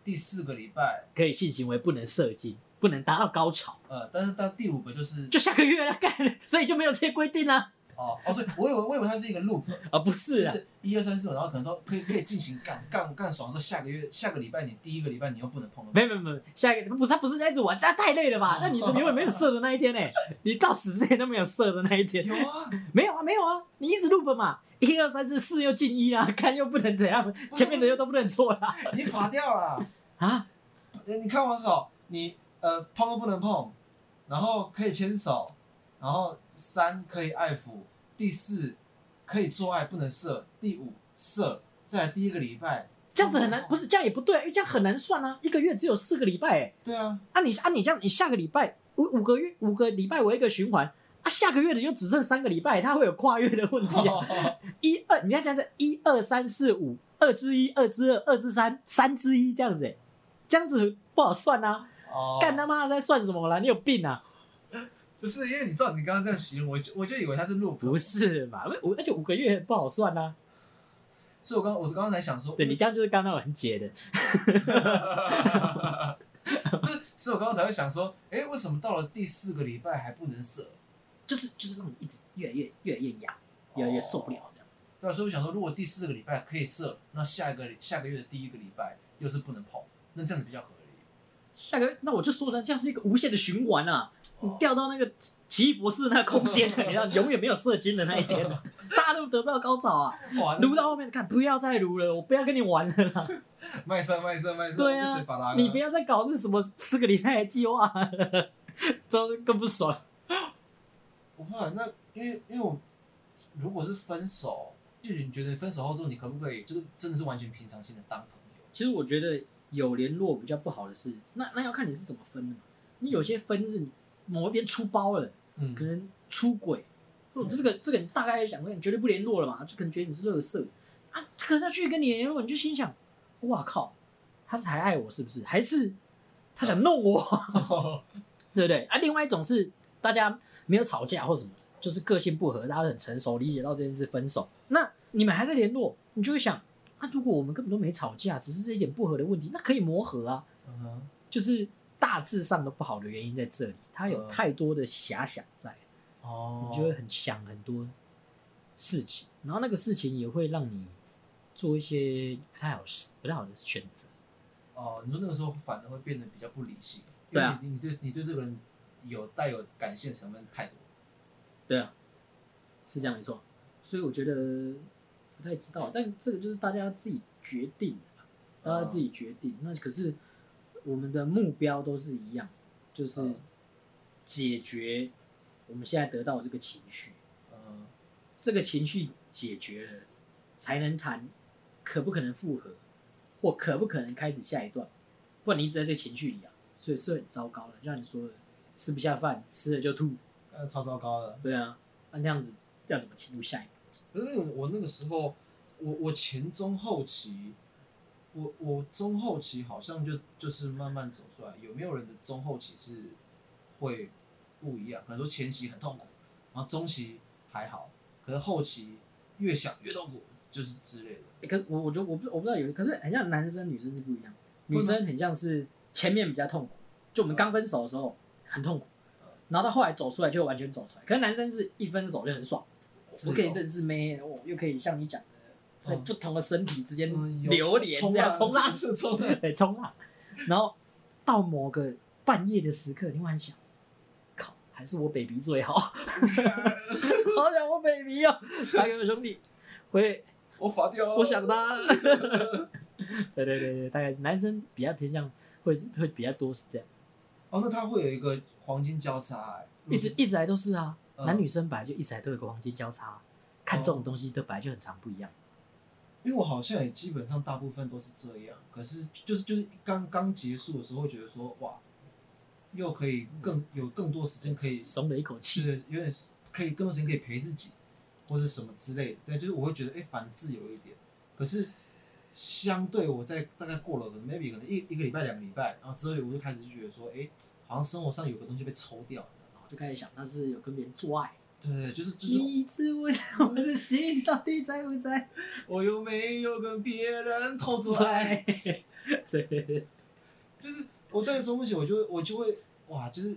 S2: 第四个礼拜
S1: 可以性行为不能射精，不能达到高潮，
S2: 呃，但是到第五个就是
S1: 就下个月了干，所以就没有这些规定啦、
S2: 哦哦，所以我以为我以为它是一个 loop，
S1: 啊。不是
S2: 就
S1: 啊，
S2: 是一二三四五，然后可能说可以可以进行干干干爽之后，下个月下个礼拜你第一个礼拜你又不能碰了，
S1: 没有没有没有，下一个不是他不是在一直玩，这样太累了吧？那你永远没有射的那一天呢、你到死之前都没有射的那一天，
S2: 有啊，
S1: 没有啊没有啊，你一直 loop 嘛，一二三四四又进一啦，啊看又不能怎样，前面的又都不能做啦
S2: 你法掉了。
S1: 啊，
S2: 呃你看我的手，你呃碰都不能碰，然后可以牵手，然后三可以爱抚，第四可以做爱不能射，第五射，在第一个礼拜，
S1: 这样子很难，不是这样也不对、啊，因为这样很难算啊，一个月只有四个礼拜哎、
S2: 对啊，
S1: 啊你，啊你这样，你下个礼拜五五个月五个礼拜为一个循环，啊下个月的就只剩三个礼拜，它会有跨越的问题、
S2: 哦
S1: 啊。 一二，你要讲是一二三四五，二之一，二之二，二之三，三之一这样子、欸，这样子不好算啊！
S2: 哦，
S1: 干他妈的在算什么啦？你有病啊？
S2: 不是因为你知道你刚刚这样形容，我就我就以为他是录
S1: 不，是嘛？ 五而且五个月不好算啊。
S2: 所以我刚我是刚刚才想说，
S1: 对你这样就是刚刚我很解的，
S2: 不是，所以我刚刚才会想说，哎、为什么到了第四个礼拜还不能射？
S1: 就是就是让你一直越来越越来越痒，越
S2: 哦
S1: 来越受不了这样。
S2: 对啊，所以我想说，如果第四个礼拜可以射，那下一个下个月的第一个礼拜又是不能碰，那这样子比较合理。
S1: 下个月那我就说呢，这样是一个无限的循环啊！你
S2: 哦
S1: 掉到那个奇异博士那个空间， 你知道永远没有射精的那一 天，大家都得不到高潮啊！
S2: 哇，那
S1: 撸到后面，看不要再撸了，我不要跟你玩了 啦，
S2: 卖身卖身卖身，
S1: 对啊
S2: 我是把它
S1: 你不要再搞这什么四个礼拜的计划了， 不然更不爽。
S2: 我不知道，那因为因为我如果是分手，就你觉得分手后之后，你可不可以就是真的是完全平常心的当朋友？
S1: 其实我觉得有联络比较不好的是，那那要看你是怎么分的嘛。你有些分是某一边出包了，
S2: 嗯
S1: 可能出轨，就这个这个你大概想说，你绝对不联络了嘛，就可能觉得你是垃圾啊。可是他去跟你联络，你就心想，哇靠，他是还爱我是不是？还是他想弄我， 对不对？啊，另外一种是大家没有吵架或什么，就是个性不合，大家很成熟，理解到这件事分手。那你们还在联络，你就会想，啊，如果我们根本都没吵架，只是这一点不合的问题，那可以磨合啊。
S2: 嗯哼
S1: 就是大致上的不好的原因在这里，他有
S2: 嗯
S1: 太多的遐想在。
S2: 哦
S1: 你就会很想很多事情，然后那个事情也会让你做一些不太好、不太好的选择。
S2: 哦，你说那个时候反而会变得比较不理性，
S1: 对啊
S2: 因为你你对你对这个人有带有感性成分太多，
S1: 对啊，是这样没错。所以我觉得不太知道，但这个就是大家自己决定的嘛，大家自己决定。那可是我们的目标都是一样，就是
S2: 嗯
S1: 解决我们现在得到的这个情绪。
S2: 嗯，
S1: 这个情绪解决了，才能谈可不可能复合，或可不可能开始下一段。不然你一直在这个情绪里啊，所以是很糟糕的。就像你说的，吃不下饭，吃了就吐，
S2: 呃，超糟糕的。
S1: 对啊，那那样子要怎么进入下一步？
S2: 可是我那个时候，我我前中后期，我我中后期好像就就是慢慢走出来。有没有人的中后期是会不一样？可能说前期很痛苦，然后中期还好，可是后期越想越痛苦，就是之类的。
S1: 欸可是我我觉得我不我不知道有，可是很像男生女生是不一样，
S2: 会
S1: 女
S2: 吗
S1: 生很像是前面比较痛苦，就我们刚分手的时候很痛苦
S2: 嗯，
S1: 然后到后来走出来就完全走出来。可是男生是一分手就很爽，
S2: 自
S1: 我
S2: 由
S1: 可以认识妹，我又可以像你讲的，在不同的身体之间
S2: 嗯有
S1: 流连
S2: 冲
S1: 这样
S2: 冲
S1: 冲浪
S2: 浪，是 冲浪，
S1: 对冲浪，然后到某个半夜的时刻，你忽然想，靠，还是我 baby 最 好，好想我 baby 哦，打给我兄弟，回。
S2: 我发掉了。哦
S1: 我想 他。对对对对，大概是男生比较偏向会会比较多是这样，
S2: 哦，那它会有一个黄金交叉、欸，
S1: 一直一直来都是啊，
S2: 嗯哦
S1: 男女生本来就一直来都有个黄金交叉，啊看这种东西都本来就很常不一样。
S2: 因为我好像也基本上大部分都是这样，可是就是就是刚刚结束的时候，会觉得说哇，又可以更有更多时间可以，
S1: 松了一口
S2: 就
S1: 气，
S2: 是有点可以更多时间可以陪自己，或是什么之类的。对，就是我会觉得哎、诶反而自由一点。可是相对我在大概过了可能 maybe 可能一一个礼拜两个礼拜，然后之后我就开始就觉得说，哎、好像生活上有个东西被抽掉了。
S1: 我就开始想他是有跟别人做爱。
S2: 对，就是就是
S1: 你一直问我的心到底在不在？
S2: 我又没有跟别人偷出来。
S1: 在。 对对对，
S2: 就是我对这种东西，我就会我就会哇，就是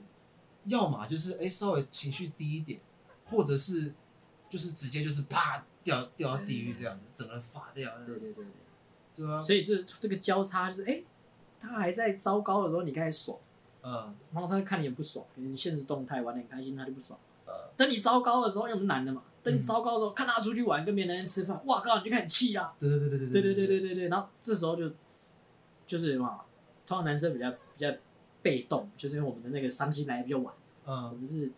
S2: 要么就是哎、诶稍微情绪低一点，或者是就是直接就是啪掉掉到地狱这样子，整个人发掉。
S1: 对对对。
S2: 对啊，
S1: 所以这这个交叉就是，哎，他还在糟糕的时候，你开始爽。
S2: 嗯
S1: 然后他就看你很不爽，你现实动态玩的很开心，他就不爽。
S2: 呃
S1: 等你糟糕的时候，因为我们男的嘛，等你
S2: 嗯
S1: 糟糕的时候，看他出去玩，跟别人吃饭，哇靠，你就开始气啦。
S2: 对对对对
S1: 对对对对对对，然后这时候就就是嘛，通常男生比较比较被动，就是因为我们的那个伤心来的比较晚，我
S2: 嗯
S1: 们是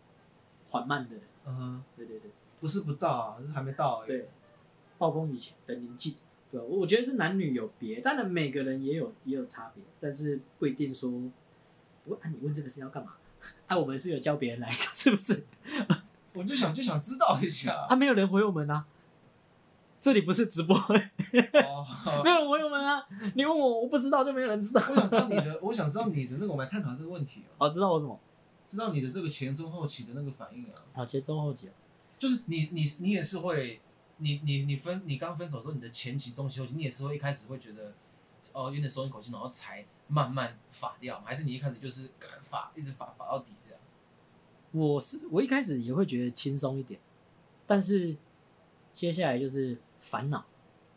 S1: 缓慢的人。
S2: 嗯哼，
S1: 对对对
S2: 不是不到啊，是还没到而已。
S1: 对，暴风雨前的宁静。对，我我觉得是男女有别，当然每个人也有也有差别，但是不一定说，我啊你问这个是要干嘛？ 啊，我们是有教别人来，是不是？
S2: 我就想就想知道一下
S1: 啊，没有人回我们啊。这里不是直播，
S2: 哦。
S1: 没有人回我们啊！你问我，我不知道，就没有人知道。
S2: 我想知道你的，我想知道你的那个，我们来探讨这个问题哦。
S1: 好，知道我什么？
S2: 知道你的这个前中后期的那个反应啊，
S1: 好，前中后节。
S2: 就是你你你也是会，你你你分你刚分手之后，你的前期、中期、后期，你也是会一开始会觉得哦有点松一口气，然后才慢慢法掉吗？还是你一开始就是敢法，一直法法到底这样？
S1: 我是我一开始也会觉得轻松一点，但是接下来就是烦恼，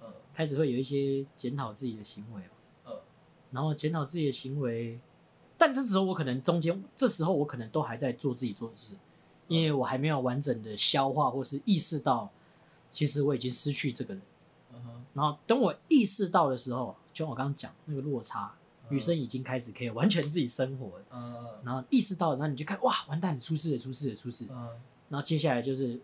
S2: 嗯
S1: 开始会有一些检讨自己的行为嘛，
S2: 嗯
S1: 然后检讨自己的行为，但这时候我可能中间，这时候我可能都还在做自己做的事，因为我还没有完整的消化或是意识到，其实我已经失去这个人。
S2: 嗯哼，
S1: 然后等我意识到的时候，就像我刚刚讲那个落差，
S2: 嗯
S1: 女生已经开始可以完全自己生活了。
S2: 嗯
S1: 然后意识到了，然后你就看哇，完蛋，出事了，出事了，出事了。
S2: 嗯
S1: 然后接下来就是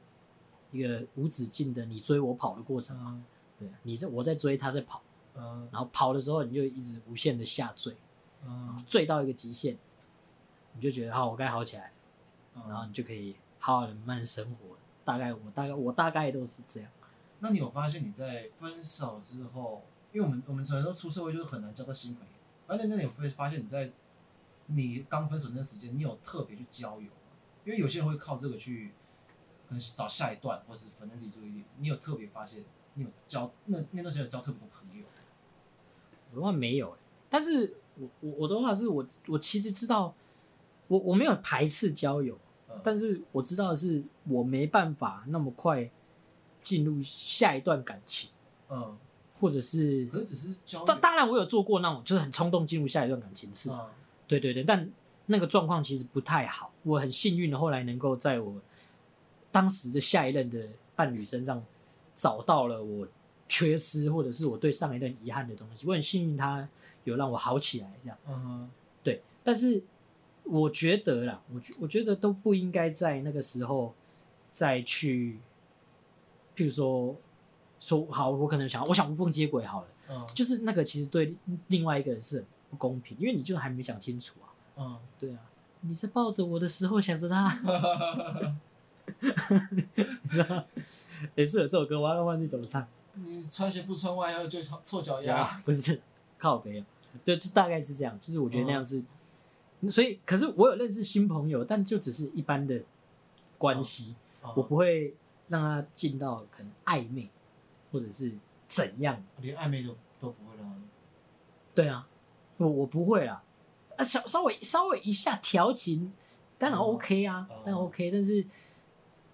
S1: 一个无止境的你追我跑的过程嘛。
S2: 嗯
S1: 对，你在我在追，他在跑，
S2: 嗯
S1: 然后跑的时候你就一直无限的下坠，
S2: 嗯，
S1: 坠到一个极限，你就觉得好，我该好起来了，然后你就可以好好的慢慢生活了。大概我大概我大概都是这样。
S2: 那你有发现你在分手之后，因为我们我们从来都出社会就是很难交到新朋友，而且那你有发发现你在你刚分手那段时间，你有特别去交友吗？因为有些人会靠这个去可能找下一段，或是分散自己注意力。你有特别发现你有交那那段时间有交特别多朋友？
S1: 我的话没有、欸，但是我我我的话是我我其实知道，我我没有排斥交友，
S2: 嗯，
S1: 但是我知道的是我没办法那么快进入下一段感情，
S2: 嗯，
S1: 或者是
S2: 可是只是交友，
S1: 当当然我有做过那种就是很冲动进入下一段感情的事，
S2: 嗯
S1: 对对对，但那个状况其实不太好。我很幸运的后来能够在我当时的下一任的伴侣身上找到了我缺失或者是我对上一任遗憾的东西。我很幸运他有让我好起来这样。
S2: 嗯哼
S1: 对，但是我觉得啦，我觉我觉得都不应该在那个时候再去，譬如说说好，我可能想我想无缝接轨好了，
S2: 嗯
S1: 就是那个其实对另外一个人是很不公平，因为你就还没想清楚啊。
S2: 嗯，
S1: 对啊，你在抱着我的时候想着他，你知道吗？ 也是有这首歌，我要忘记怎么唱。啊
S2: 你穿鞋不穿外套就臭臭脚丫，
S1: 不是靠北啊，对，就大概是这样。就是我觉得那样是，所以可是我有认识新朋友，但就只是一般的关系，
S2: 嗯
S1: 我不会让他进到可能暧昧或者是怎样。
S2: 连暧昧都都不会让他。
S1: 对啊，我我不会啦，啊，稍稍微稍微一下调情，当然
S2: 哦
S1: OK 啊，
S2: 哦
S1: 当然 OK，但是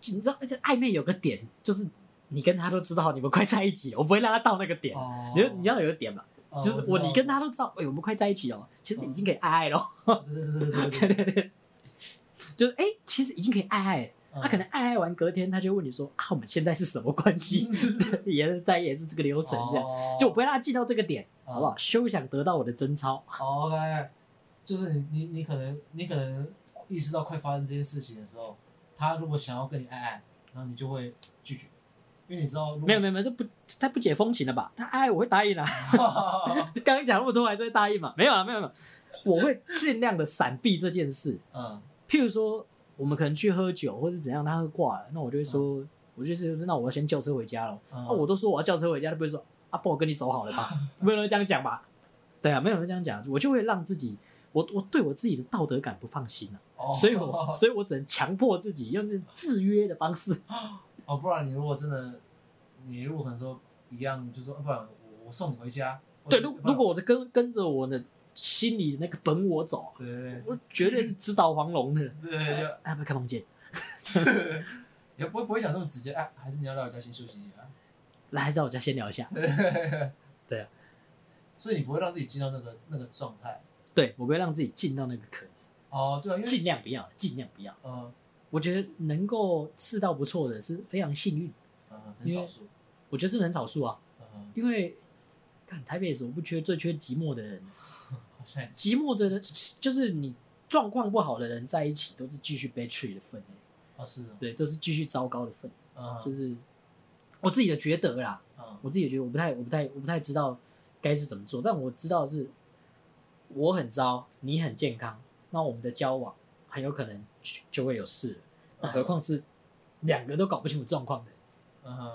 S1: 就你知道，这暧昧有个点，就是你跟他都知道你们快在一起了，我不会让他到那个点，
S2: 哦
S1: 你就你要有个点嘛，
S2: 哦
S1: 就是我
S2: 知道
S1: 你跟他都知道，哎、我们快在一起哦，其实已经可以爱爱咯，
S2: 哦对对对对对
S1: 对
S2: 对，
S1: 对对，就是哎、其实已经可以爱爱了，
S2: 嗯
S1: 他可能爱爱完隔天他就问你说啊，我们现在是什么关系？ 也是在也是这个流程这样，
S2: 哦嗯
S1: 就我不会让他记到这个点，好不好？休想得到我的贞操。
S2: 哦，OK，就是你你你可能你可能意识到快发生这件事情的时候，他如果想要跟你爱爱，然后你就会拒绝，因为你知道
S1: 没有没有
S2: 有，
S1: 没有，这不他不解风情了吧？他爱我会答应啊， 刚刚讲那么多还是会答应嘛？没有啊，没有没有，我会尽量的闪避这件事。
S2: 嗯
S1: 譬如说，我们可能去喝酒或是怎样，他喝挂了，那我就会说，我就是那我要先叫车回家了。
S2: 嗯，
S1: 那、哦我都说我要叫车回家，他不会说啊，不，我跟你走好了吧？ 没有人会这样讲吧？对啊，没有人会这样讲，我就会让自己，我我对我自己的道德感不放心啊，
S2: 哦
S1: 所以 我所以我只能强迫自己用这种制约的方式。
S2: 哦，不然你如果真的，你如果可能说一样，就说啊不然我我送你回家，或
S1: 对，
S2: 是啊
S1: 如
S2: 不然
S1: 如果我的跟跟着我的心里那个本我走，
S2: 对对
S1: 我绝对是直捣黄龙的。
S2: 对对对，
S1: 啊，不看房间，
S2: 就 也不会不会讲那么直接，哎，还是你要来我家先休息一下。啊
S1: 来还是在我家先聊一下。对啊，
S2: 所以你不会让自己进到那个那个状态。
S1: 对我不会让自己进到那个坑，
S2: 哦，对啊，因为
S1: 尽量不要，尽量不要。
S2: 嗯
S1: 我觉得能够试到不错的是非常幸运，
S2: 嗯很少数，
S1: 我觉得这很少数啊。
S2: 嗯，
S1: 因为看台北什么不缺，最缺寂寞的人。
S2: 好像也是
S1: 寂寞的人就是你状况不好的人在一起，都是继续被 e 的份，
S2: 哦是哦，
S1: 对，都是继续糟糕的份。
S2: 嗯
S1: 就是我自己的觉得啦，
S2: 嗯
S1: 我自己也觉得我不太、我不太、我不太知道该是怎么做，但我知道的是我很糟，你很健康，那我们的交往很有可能就就会有事了。那何况是两个都搞不清楚状况的，
S2: 嗯哼，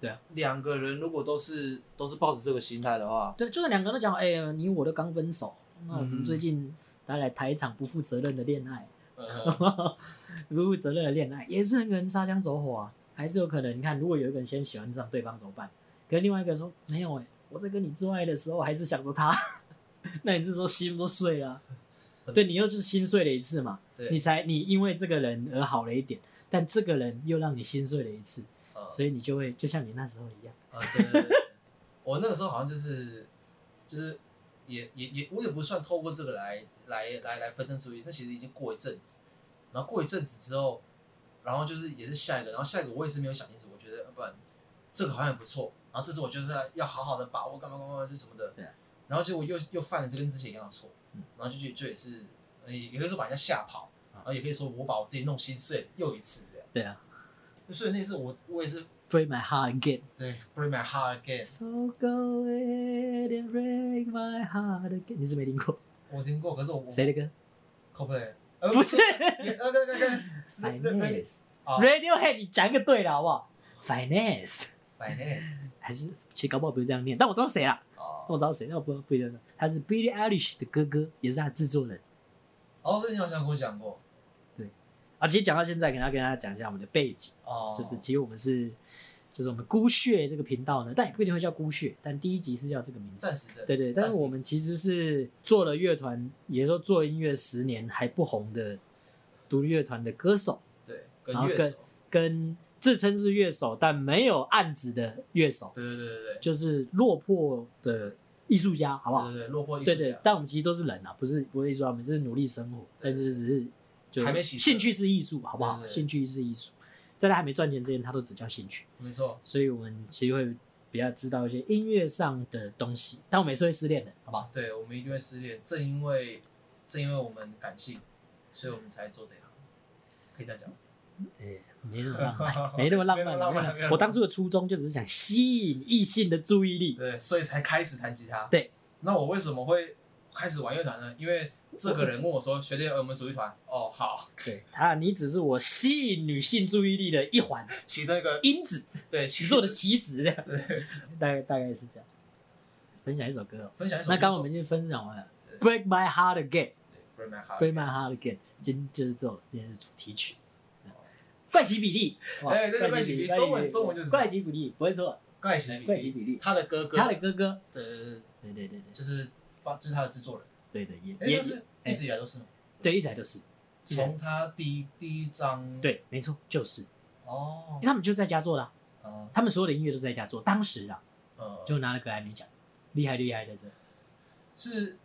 S1: 对啊，
S2: 两个人如果都是都是抱着这个心态的话，
S1: 对，就算两个都讲，哎、你我都刚分手，那我们
S2: 嗯
S1: 最近大家来谈一场不负责任的恋爱，
S2: 嗯
S1: 不负责任的恋爱也是很可能擦枪走火啊，还是有可能。你看，如果有一个人先喜欢上对方怎么办？可是另外一个说没有哎、我在跟你做爱的时候还是想着他， 那你这时候心都碎了啊、对你又就是心碎了一次嘛，
S2: 对，
S1: 你才你因为这个人而好了一点，但这个人又让你心碎了一次，
S2: 呃
S1: 所以你就会就像你那时候一样，
S2: 啊，对对对，我那个时候好像就是就是也也也，我也不算透过这个来来来来分身出去，那其实已经过一阵子，然后过一阵子之后，然后就是也是下一个，然后下一个我也是没有想清楚，我觉得要不然这个好像也不错，然后这次我就是要好好的把握干嘛干嘛干嘛就什么的
S1: 对啊，
S2: 然后结果又又犯了这跟之前一样的错
S1: 嗯，啊
S2: 然后就就就也是呃也也可以说把人家吓跑，然后也可以说我把我自己弄心碎又一次这样，
S1: 对啊
S2: 所以那次我我也是
S1: ，break my heart again。
S2: 对 break my heart again。
S1: So go ahead and break my heart again。你是没听过
S2: 我听过，可是我我
S1: 谁的歌
S2: cosplay，呃
S1: 不是
S2: 你呃跟跟跟
S1: ？Finance。
S2: 啊
S1: Radiohead，你讲一个对了好不好？Finance
S2: finance
S1: 还是其实搞不好不是这样念，但我知道谁啦，但我
S2: 哦，
S1: 知道谁，但我不不一定。他是 Billie Eilish 的哥哥，也是他的制作人
S2: 哦，对，你好像跟我讲过
S1: 啊。其实讲到现在，给大家跟大家讲一下我们的背景，
S2: 哦，
S1: 就是其实我们是，就是我们孤穴这个频道呢，但也不一定会叫孤穴，但第一集是叫这个名字。
S2: 暂时的，
S1: 对对，但是我们其实是做了乐团，也就是说做音乐十年还不红的独立乐团的歌手，
S2: 对跟
S1: 然后
S2: 乐
S1: 跟
S2: 手，
S1: 跟自称是乐手但没有案子的乐手，
S2: 对对对对对，
S1: 就是落魄的艺术家，好不好
S2: 对？对对，落魄艺术
S1: 对对
S2: 家，，
S1: 但我们其实都是人啊，不是不是艺术家，我们是努力生活，但
S2: 对
S1: 是只是就
S2: 还没起色
S1: 兴趣是艺术，好不好？
S2: 对对对
S1: 兴趣是艺术，在他还没赚钱之前，他都只叫兴趣。
S2: 没错，
S1: 所以我们其实会比较知道一些音乐上的东西，但我们也是会失恋的，好不好？
S2: 对我们一定会失恋，正因为正因为我们感性，所以我们才做这行，可以这样讲吗，
S1: 哎，没那么浪漫，没那么浪漫
S2: 没那么
S1: 没那么浪
S2: 浪漫没那么浪
S1: 漫。
S2: 漫
S1: 我当初的初衷就只是想吸引异性的注意力。
S2: 对，所以才开始弹吉他，
S1: 对，
S2: 那我为什么会开始玩乐团呢？因为这个人问我说，学弟，呃我们组一团，哦，好，
S1: 对他，啊你只是我吸引女性注意力的一环
S2: 其中一个，
S1: 因子，
S2: 对，
S1: 你
S2: 其
S1: 是
S2: 中
S1: 我的棋子，这样
S2: 对，
S1: 大概大概是这样。分享一首歌哦，
S2: 分享一首歌，
S1: 那刚刚我们已经分享完了
S2: 对
S1: ，Break My Heart Again，Break
S2: 对 Break My Heart。
S1: My Heart Again，今就是这首今天的主题曲。怪奇比利，哇
S2: 哎对怪奇比利中文中文就是这样
S1: 怪奇比利，不会错，
S2: 怪奇比
S1: 怪奇
S2: 利，
S1: 比利，
S2: 他的哥哥，
S1: 他的哥哥，
S2: 的
S1: 对对对对
S2: 就是帮，就是他的制作人，
S1: 对的，也
S2: 哎，
S1: 也
S2: 但是一直以来都是吗？
S1: 对，一直来都是。
S2: 从他第一第一张，，
S1: 对，没错，就是，因
S2: 哦
S1: 为，他们就在家做的啊、
S2: 啊，
S1: 他们所有的音乐都在家做。当时啊，
S2: 呃，
S1: 就拿了格莱美奖，厉害厉害在这。
S2: 是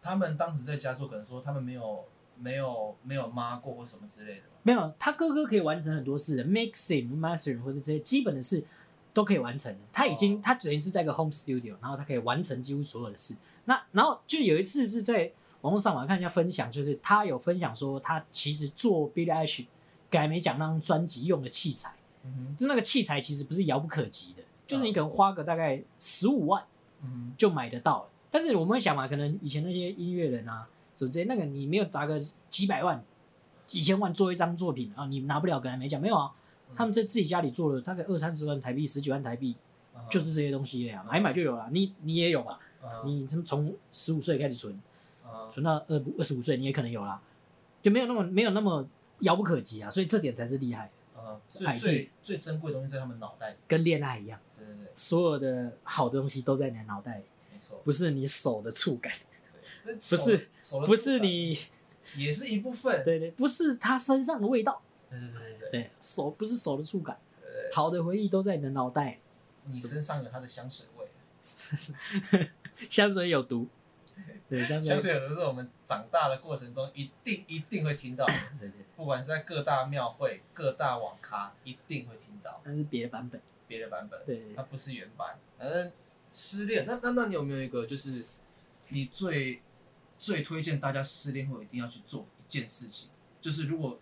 S2: 他们当时在家做，可能说他们没有没有没有妈过或什么之类的吧，
S1: 没有，他哥哥可以完成很多事的，mixing、mastering 或者这些基本的事都可以完成的。他已经，
S2: 哦
S1: 他等于是在一个 home studio，然后他可以完成几乎所有的事。那然后就有一次是在网络上我还看人家分享，就是他有分享说他其实做 Billie Eilish 格莱美奖那张专辑用的器材，
S2: 嗯
S1: 就那个器材其实不是遥不可及的，就是你可能花个大概十五万。
S2: 哼，嗯
S1: 就买得到了。但是我们会想嘛，可能以前那些音乐人啊，什么之类，那个你没有砸个几百万、几千万做一张作品啊，你拿不了格莱美奖，没有啊。
S2: 哼，
S1: 他们在自己家里做了大概二三十万台币、十几万台币，
S2: 嗯
S1: 就是这些东西了呀，买一买就有了。你你也有吧？啊
S2: 嗯
S1: 你他们从十五岁开始存，
S2: 嗯
S1: 存到二二十五岁，你也可能有啦，就没有那么没有那么遥不可及啊。所以这点才是厉害，
S2: 嗯，最最最珍贵的东西在他们脑袋里，
S1: 跟恋爱一样，
S2: 对对对，
S1: 所有的好的东西都在你的脑袋里，
S2: 没错，
S1: 不是你手的触感，
S2: 对，这
S1: 不是
S2: 手的
S1: 不是
S2: 手感
S1: 你
S2: 也是一部分，对
S1: 对对，不是他身上的味道，
S2: 对对对对，
S1: 对手不是手的触感，
S2: 呃
S1: 好的回忆都在你的脑袋。
S2: 你身上有他的香水味。
S1: 香水有 毒，对香水
S2: 香，水有的是我们长大的过程中一定一定会听到的，
S1: 对对，
S2: 不管是在各大庙会、各大网咖，一定会听到
S1: 那是别的版本，
S2: 别的版本，
S1: 对对
S2: 它
S1: 对
S2: 不是原版。反正失恋，那那那你有没有一个就是你最最推荐大家失恋后一定要去做一件事情？就是如果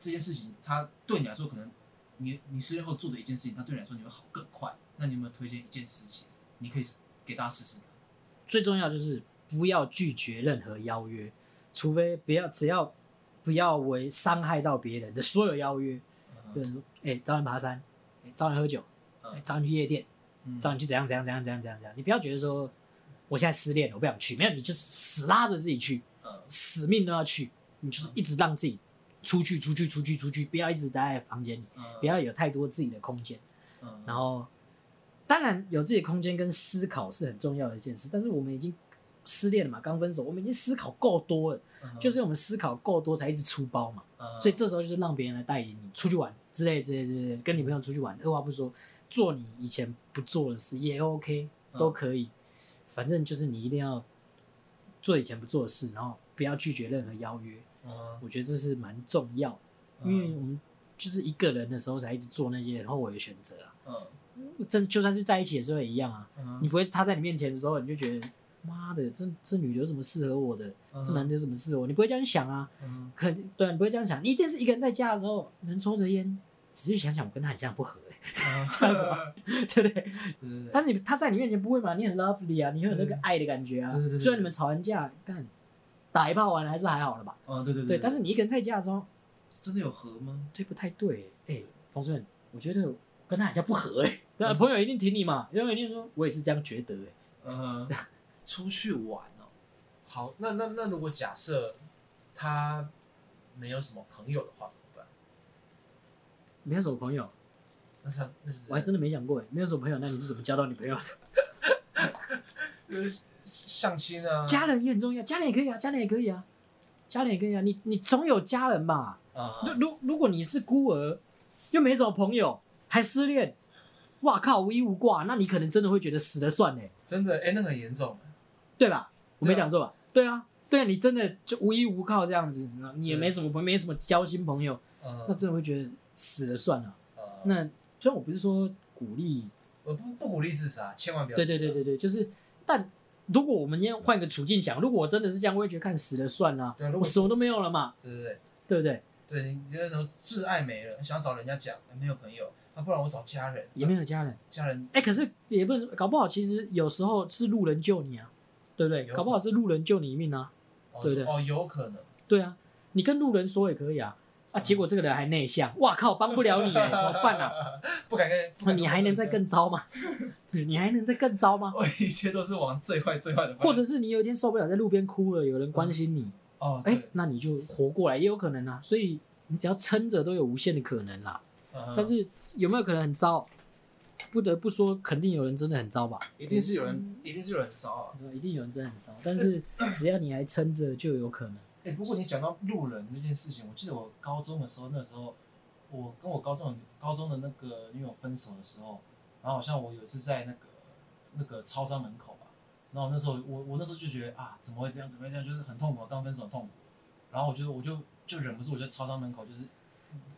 S2: 这件事情它对你来说可能你你失恋后做的一件事情，它对你来说你会好更快。那你有没有推荐一件事情？你可以给大家试试看。
S1: 最重要就是不要拒绝任何邀约，除非不要只要不要为伤害到别人的所有邀约，有
S2: 嗯
S1: 人说，哎，找你爬山，哎找你喝酒，哎
S2: 嗯
S1: 找你去夜店，
S2: 嗯
S1: 找你去怎样怎样怎样怎样怎样怎样，你不要觉得说我现在失恋了，我不想去，没有，你就死拉着自己去，
S2: 嗯
S1: 死命都要去，你就是一直让自己出去、出去、出去、出去，不要一直待在房间里，
S2: 嗯，
S1: 不要有太多自己的空间。
S2: 嗯，
S1: 然后，当然有自己的空间跟思考是很重要的一件事，但是我们已经失恋了嘛，刚分手，我们已经思考够多了，就是我们思考够多才一直出包嘛，
S2: 嗯
S1: 所以这时候就是让别人来带领你出去玩之类之类之类，跟女朋友出去玩，二话不说做你以前不做的事也 OK，
S2: 嗯
S1: 都可以，反正就是你一定要做以前不做的事，然后不要拒绝任何邀约，
S2: 嗯
S1: 我觉得这是蛮重要的，因为我们就是一个人的时候才一直做那些很后悔的选择啊。
S2: 嗯
S1: 真就算是在一起的时候也一样啊，
S2: 嗯
S1: 你不会他在你面前的时候，你就觉得妈的，这这女的有什么适合我的？这男的有什么适合我？你不会这样想啊，
S2: 嗯
S1: 可对，你不会这样想，你一定是一个人在家的时候能抽着烟，仔细想想，我跟他很像不合、欸，
S2: 嗯
S1: 这样子吧， 对不对？
S2: 对对对，
S1: 但是你他在你面前不会嘛，你很 lovely 啊，你会有那个
S2: 嗯
S1: 爱的感觉啊
S2: 对对对。对
S1: 虽然你们吵完架，但打一炮完了还是还好了吧？
S2: 哦对对
S1: 对，但是你一个人在家的时候，
S2: 真的有合吗？
S1: 对不太对、欸。哎、冯顺，我觉得我跟他很像不合哎、欸。对啊，朋友一定挺你嘛，因为一定说我也是这样觉得哎、
S2: 嗯，出去玩 哦。好，那那那如果假设他没有什么朋友的话怎么办？
S1: 没有什么朋友，
S2: 那是他那就是
S1: 我还真的没想过哎，没有什么朋友，那你是怎么交到女朋友的？
S2: 就是呃相亲啊，
S1: 家人也很重要，家人也可以啊，家人也可以啊，家人也可以啊，你你总有家人吧？
S2: 啊
S1: 如如如果你是孤儿，又没什么朋友，还失恋，哇靠，无依无挂，那你可能真的会觉得死了算嘞，
S2: 真的哎，那个很严重。
S1: 对吧？我没
S2: 对啊
S1: 讲错吧？对啊，对啊，你真的就无依无靠这样子，你也没什么朋，没什么交心朋友，那
S2: 嗯
S1: 真的会觉得死了算了。
S2: 呃，
S1: 那虽然我不是说鼓励
S2: 我不不鼓励自杀，千万不要。
S1: 对对对，对对，就是，但如果我们要换个处境想，如果我真的是这样，我也觉得看死了算了、
S2: 对如果
S1: 我什么都没有了嘛，
S2: 对对对。
S1: 对不对？
S2: 对，你你那时候挚爱没了，想要找人家讲，没有朋友，那、不然我找家人，
S1: 也没有家人，
S2: 家人
S1: 哎、可是也不能搞不好，其实有时候是路人救你啊，对不对？
S2: 有
S1: 搞不好是路人救你一命啊，
S2: 哦
S1: 对对
S2: 哦有可能，
S1: 对啊，你跟路人说也可以啊，啊，
S2: 嗯
S1: 结果这个人还内向，哇靠，帮不了你 耶，怎么办啊？
S2: 不敢跟，
S1: 那
S2: 不敢跟
S1: 你还能 再更糟吗？你还能再更糟吗？
S2: 我哦一切都是往最坏最坏的方
S1: 或
S2: 向，
S1: 者是你有一天受不了，在路边哭了，有人关心你，
S2: 哦
S1: 哎、
S2: 对，
S1: 那你就活过来也有可能啊，所以你只要撑着都有无限的可能啦。
S2: 嗯哼
S1: 但是有没有可能很糟？不得不说，肯定有人真的很糟吧？
S2: 一定是有
S1: 嗯
S2: 人，一定是有人骚啊。
S1: 对，一定有人真的很糟。但是只要你还撑着，就有可能。
S2: 哎、不过你讲到路人这件事情，我记得我高中的时候，那时候我跟我高中的高中的那个女友分手的时候，然后好像我有一次在那个那个超商门口吧，然后那时候我我那时候就觉得啊，怎么会这样，怎么会这样，就是很痛苦，刚分手很痛苦，然后我就我就就忍不住，我就在超商门口就是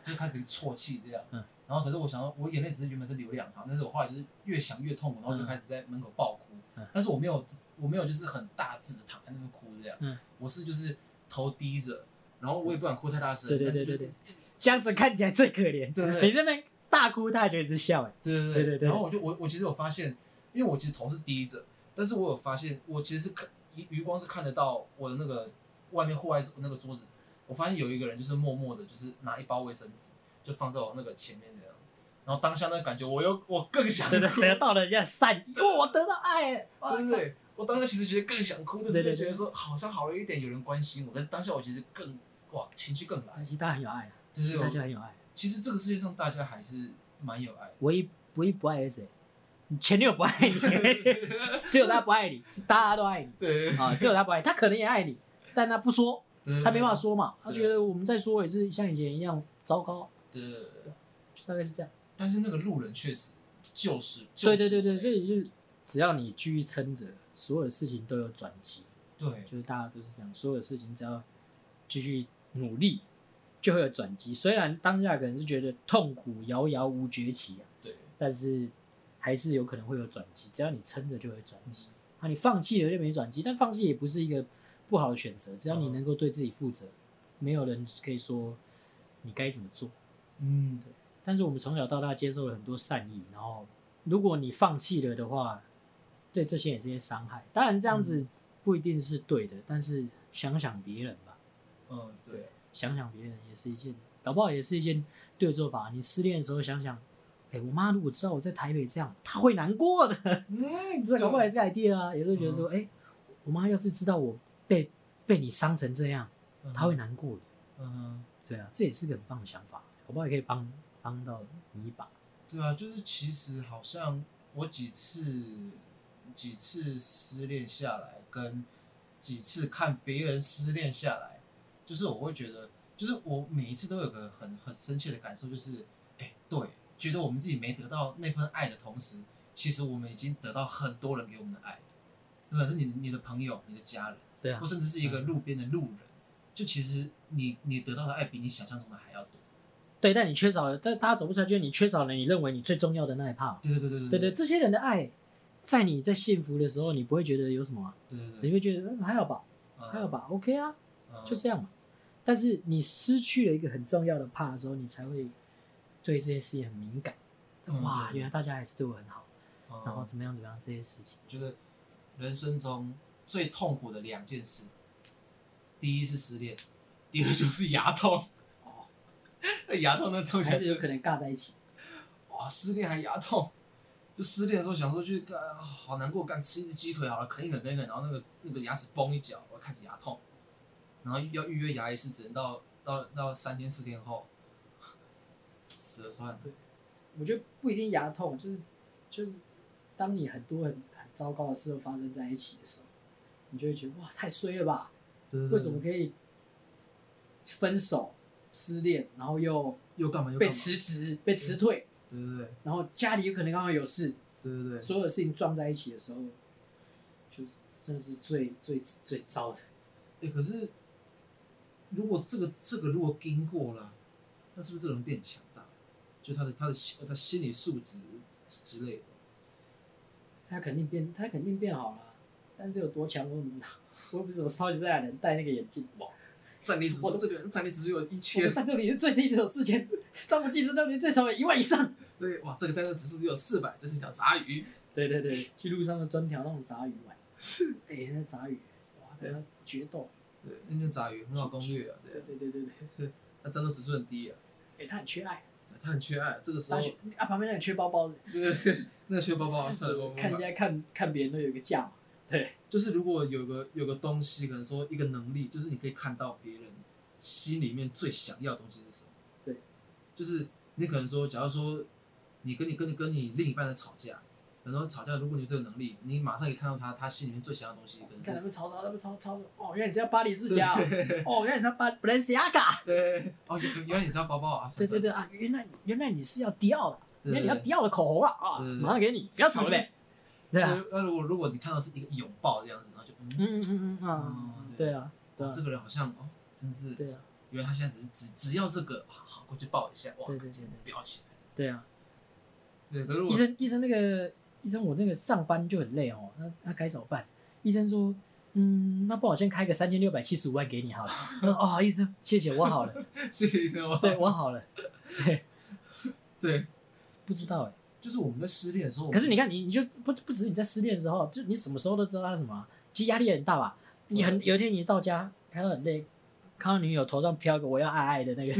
S2: 就开始啜泣这样，
S1: 嗯
S2: 然后可是我想到我眼泪只是原本是流两行，但是我后来就是越想越痛苦，然后我就
S1: 嗯
S2: 开始在门口爆哭，
S1: 嗯
S2: 但是我没有我没有就是很大致的躺在那边哭这样，
S1: 嗯
S2: 我是就是头低着，然后我也不敢哭太大声，
S1: 对对
S2: 但是
S1: 对哎
S2: 就是
S1: 这样子看起来最可怜。
S2: 对对
S1: 你
S2: 对
S1: 在那边大哭大叫一直笑、哎，
S2: 对
S1: 对
S2: 对
S1: 对对
S2: 然后我就我我其实有发现，因为我其实头是低着，但是我有发现我其实是看余余光是看得到我的那个外面户外那个桌子，我发现有一个人就是默默的，就是拿一包卫生纸就放在我那个前面这样，然后当下那个感觉我又我更想哭，
S1: 真的 得到了人家的善意，哦，我得到爱了，哇
S2: 对对对，我当时其实觉得更想哭，但
S1: 对
S2: 是
S1: 对
S2: 就觉得说好像好了一点，有人关心我，但是当下我其实更哇情绪更来
S1: 其，实大家很有爱啊，
S2: 就是
S1: 大
S2: 我
S1: 家很有爱。
S2: 其实这个世界上大家还是蛮有爱的。
S1: 唯一唯一不爱的是谁？你前女友不爱你， 只有她不爱你，大家都爱你
S2: 对，
S1: 啊，只有她不爱你，她可能也爱你，但她不说，
S2: 对
S1: 她没办法。说嘛，她
S2: 对
S1: 觉得我们再说也是像以前一样糟糕，
S2: 对，
S1: 就大概是这样。
S2: 但是那个路人确实就是，就
S1: 对
S2: 是
S1: 对对对，所以就是只要你继续撑着，所有的事情都有转机，
S2: 对
S1: 就是大家都是这样，所有的事情只要继续努力，就会有转机。虽然当下可能是觉得痛苦遥遥无绝期啊，
S2: 对
S1: 但是还是有可能会有转机，只要你撑着就会有转机。啊，你放弃了就没转机，但放弃也不是一个不好的选择，只要你能够对自己负责，没有人可以说你该怎么做。
S2: 嗯
S1: 但是我们从小到大接受了很多善意，然后如果你放弃了的话，对这些也是一些伤害。当然这样子不一定是对的，但是想想别人吧，
S2: 嗯对，
S1: 想想别人也是一件，搞不好也是一件对的做法。你失恋的时候想想，哎、我妈如果知道我在台北这样，她会难过的。
S2: 嗯
S1: 这搞不好也是 idea 啊，也会觉得说，哎、我妈要是知道我被被你伤成这样，她会难过的。
S2: 嗯，
S1: 对啊，这也是个很棒的想法，搞不好也可以帮帮到你一把。
S2: 对啊，就是其实好像我几次几次失恋下来，跟几次看别人失恋下来，就是我会觉得，就是我每一次都有个很很深切的感受，就是哎、对，觉得我们自己没得到那份爱的同时，其实我们已经得到很多人给我们的爱，可能是你你的朋友、你的家人，
S1: 对啊
S2: 或，甚至是一个路边的路人，就其实你你得到的爱比你想象中的还要多。
S1: 对，但你缺少了，但大家走不出来，就是你缺少了你认为你最重要的那一 part。
S2: 对对对对
S1: 对
S2: 对
S1: 对，这些人的爱，在你在幸福的时候，你不会觉得有什么啊、
S2: 对对
S1: 你
S2: 对，
S1: 会觉得、嗯、还好吧，
S2: 嗯
S1: 还好，吧，OK 啊，
S2: 嗯
S1: 就这样嘛。但是你失去了一个很重要的 part 的时候，你才会对这些事情很敏感。
S2: 嗯
S1: 哇，
S2: 对
S1: 原来大家还是对我很好，
S2: 嗯
S1: 然后怎么样怎么样这些事情。
S2: 觉得人生中最痛苦的两件事，第一是失恋，第二就是牙痛。
S1: 哦，
S2: 那牙痛那痛起
S1: 还
S2: 来
S1: 是有可能尬在一起。
S2: 哇，失恋还牙痛，就失恋的时候想说去干，啊好难过，干吃一只鸡腿好了，啃一啃啃一啃，然后那个那个牙齿崩一角，我开始牙痛，然后要预约牙医是只能到到到三天四天后， 死了算了。
S1: 我觉得不一定牙痛，就是就是当你很多很很糟糕的事都发生在一起的时候，你就会觉得哇太衰了吧，为什么可以分手、失恋，然后又
S2: 又干嘛又
S1: 被
S2: 干嘛？嗯
S1: 辞职、被辞退，
S2: 对对对
S1: 然后家里有可能刚好有事，
S2: 对对对。
S1: 所有的事情撞在一起的时候，就是真的是最最最糟的。
S2: 欸，可是如果这个这个如果经过了，那是不是这个人变强大？就他的他的心他心理素质之类的，
S1: 他肯定变，他肯定变好了，但是有多强我怎么知道？我又不是什么超级赛亚人，戴那个眼镜哇。
S2: 战力指
S1: 我
S2: 数这个人战力指数有一
S1: 我
S2: 千
S1: 们，战斗力是最低只有四千，张无忌战斗力最少有一万以上。
S2: 对，哇，这个战力指数只有四百，这是一条杂鱼。
S1: 对对对，去路上的专挑那种杂鱼 玩，哎、那杂鱼，哇，跟他决斗，
S2: 对，那条杂鱼很好攻略啊，
S1: 对
S2: 对，
S1: 对对对对，哎、
S2: 那战斗指数很低啊，
S1: 他很缺爱，
S2: 他很缺爱，这个时
S1: 他
S2: 候
S1: 缺啊旁边那个缺包包的，
S2: 对，那个缺包包啊算了，我我
S1: 看人
S2: 买
S1: 家看看别人都有个价嘛，对，
S2: 就是如果有个有个东西，可能说一个能力，就是你可以看到别人心里面最想要的东西是什么。
S1: 对，
S2: 就是你可能说，假如说你跟你跟你跟你另一半在吵架，然后吵架，如果你有这个能力，你马上可以看到他他心里面最想要的东西，可能
S1: 看他
S2: 是
S1: 们吵吵，他们吵吵，哦，原来你是要巴黎世家哦，哦，原来你是要巴 Balenciaga，
S2: 对哦，原原来你是要包包啊，
S1: 对对
S2: 对
S1: 对啊，原来原来你是要迪奥的，
S2: 对
S1: 原来你要迪奥的口红啊啊，
S2: 对对对
S1: 马上给你，不要 吵嘞，对啊，
S2: 那如果如果你看到是一个拥抱这样子，然后就嗯，
S1: 嗯嗯嗯嗯啊
S2: 哦，对
S1: 对啊，对啊
S2: 哇，这个人好像哦，真是，
S1: 对啊，
S2: 原来他现在只是只只要这个，好好过去抱一下，哇，
S1: 对对对对
S2: 飙起来。
S1: 对啊。
S2: 对，可是我
S1: 医生，医生那个医生，我那个上班就很累哦，那那该怎么办？医生说，嗯，那不好先开个三千六百七十五万给你好了。 我说哦，好医生，谢谢，我好了，
S2: 谢谢你知道吗？
S1: 对我好了，对，
S2: 对，
S1: 不知道哎。
S2: 就是我们在失恋的时候，
S1: 可是你看，你你就不不只是你在失恋的时候，就你什么时候都知道他什么啊，其实压力很大吧？你很有一天你到家，看到很累，看到女友头上飘个我要爱爱的 那个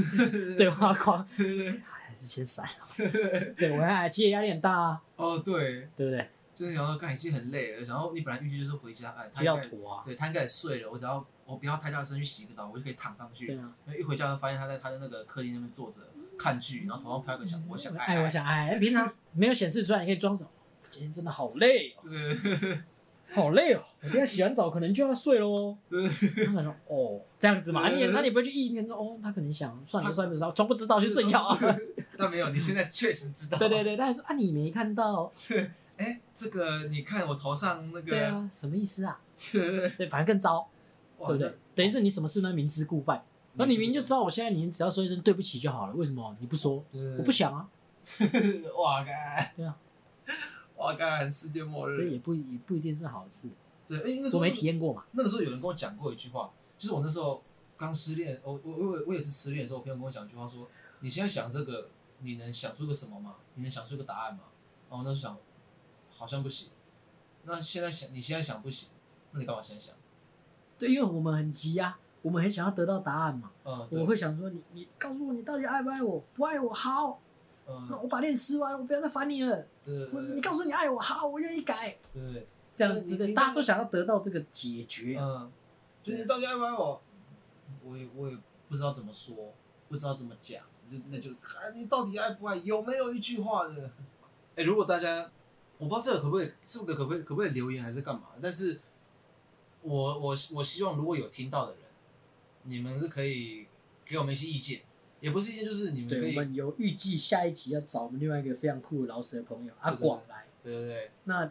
S1: 对话框，
S2: 对对对
S1: 还是先闪了。对，我要爱爱，其实压力很大啊，
S2: 哦对，
S1: 对不对？
S2: 就是想说，干已经很累了，然后你本来预计就是回家，哎，他
S1: 就
S2: 应
S1: 要
S2: 该
S1: 妥啊，
S2: 对他应该也睡了，我只要我不要太大声去洗个澡，我就可以躺上去。
S1: 对
S2: 因
S1: 啊。
S2: 为一回家就发现他在他的那个客厅那边坐着看剧，然后头上飘一个想我想爱
S1: 哎，我想哎，平常没有显示出来，你可以装什么？今天真的好累哦，
S2: 对对对
S1: 好累 哦，我等一下洗完澡可能就要睡喽。
S2: 对对
S1: 他可能说哦这样子嘛，
S2: 对
S1: 你也那你不会去意念说哦，他可能想算了算了，然后装不知道去睡觉 啊。
S2: 但没有，你现在确实知道。
S1: 对对对，他还说啊你没看到，
S2: 哎，这个你看我头上那
S1: 对
S2: 个，
S1: 啊，什么意思啊？
S2: 对对对
S1: 对，反正更糟，
S2: 哇
S1: 对不对？等于是你什么事都明知故犯，那你明明就知
S2: 道，
S1: 道我现在你只要说一声对不起就好了，为什么你不说？
S2: 我
S1: 我不想啊，
S2: 哇干，
S1: 对啊，
S2: 哇干，世界末
S1: 所以
S2: 日，
S1: 也不也不一定是好事，
S2: 对，哎，那时候
S1: 我没体验过嘛。
S2: 那个时候有人跟我讲过一句话，就是我那时候刚失恋，我我我我也是失恋的时候，我朋友跟我讲一句话说：“你现在想这个，你能想出个什么吗？你能想出个答案吗？”然后我那时候想，好像不行。那现在想，你现在想不行，那你干嘛现在想？
S1: 对，因为我们很急啊，我们很想要得到答案嘛。
S2: 嗯，对
S1: 我，会想说你，你告诉我你到底爱不爱我？不爱我好，那
S2: 嗯，
S1: 我把恋吃完，我不要再烦你了。
S2: 对对
S1: 或者是你
S2: 对
S1: 告诉我你爱我好，我愿意改。
S2: 对
S1: 这样子
S2: 你
S1: 的，
S2: 你
S1: 大家都想要得到这个解
S2: 对，
S1: 决啊。
S2: 嗯，就是你到底爱不爱我？我也我也不知道怎么说，不知道怎么讲，就那就看你到底爱不爱，有没有一句话的？哎、如果大家我不知道这个可不可以，这个可不可以可不可以留言还是干嘛？但是我我我希望如果有听到的人，你们是可以给我们一些意见，也不是意见，就是你们可
S1: 对，
S2: 以
S1: 我们有预计下一集要找我们另外一个非常酷的老师的朋友阿
S2: 对对
S1: 广来。
S2: 对对对
S1: 那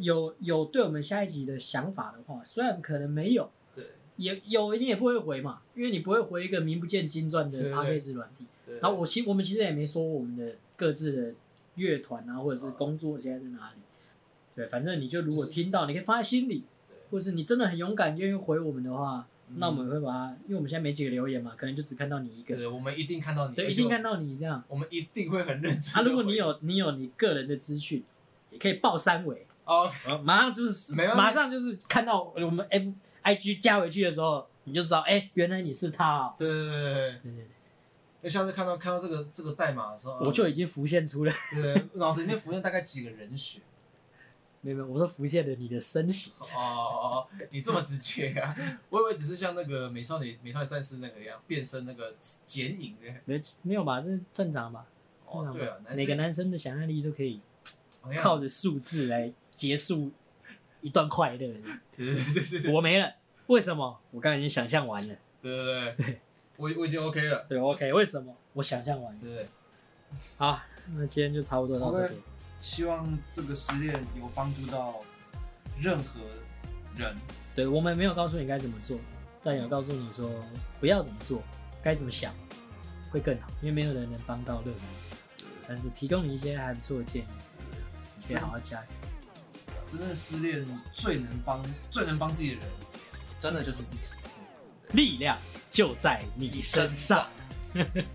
S1: 有有对我们下一集的想法的话，虽然可能没有，
S2: 对
S1: 也有你也不会回嘛，因为你不会回一个名不见经传的
S2: 对对
S1: p a c k a g 软体。
S2: 对。
S1: 然后我其我们其实也没说我们的各自的乐团啊，或者是
S2: 哦
S1: 工作现在在哪里。对，反正你就如果
S2: 就是
S1: 听到，你可以放在心里，
S2: 对
S1: 或者是你真的很勇敢，愿意回我们的话，
S2: 嗯
S1: 那我们会把它，因为我们现在没几个留言嘛，可能就只看到你一个，
S2: 对，我们一定看到你，
S1: 对，
S2: 而
S1: 一
S2: 且
S1: 定
S2: 我
S1: 看到你这样。
S2: 我们一定会很认真地
S1: 啊，
S2: 回。
S1: 如果你有你有你个人的资讯，也可以报三维，
S2: 哦，
S1: 呃马上就是
S2: 没问题
S1: 马上就是看到我们 F I G 加回去的时候，你就知道，哎、原来你是他哦。
S2: 对对对对对，
S1: 对对对，
S2: 那下次看到看到这个这个代码的时候，
S1: 我就已经浮现出了，
S2: 对脑子里面浮现大概几个人选。
S1: 没有没有，我说浮现了你的身形。
S2: 哦哦，哦，你这么直接啊？我以为只是像那个美少女美少女战士那个一样变身那个剪影的。
S1: 没没有吧？这是正常吧？正
S2: 哦
S1: 常吧？
S2: 对啊男生
S1: 每个男生的想象力都可以
S2: 同样
S1: 靠着数字来结束一段快乐。
S2: 对对对对
S1: 我没了，为什么？我刚才已经想象完了。
S2: 对对对，我我已经 OK 了。
S1: 对，OK，为什么？我想象完了。
S2: 对对，对
S1: 好，那今天就差不多到这里
S2: OK。希望这个失恋有帮助到任何人。
S1: 对我们没有告诉你该怎么做，但有告诉你说不要怎么做，该怎么想会更好，因为没有人能帮到任何人，但是提供你一些还不错的建议，你可以好好加油。
S2: 真正失恋最能帮最能帮自己的人，真的就是自己。
S1: 力量就在你身上。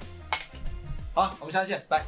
S2: 好，我们下次见，拜。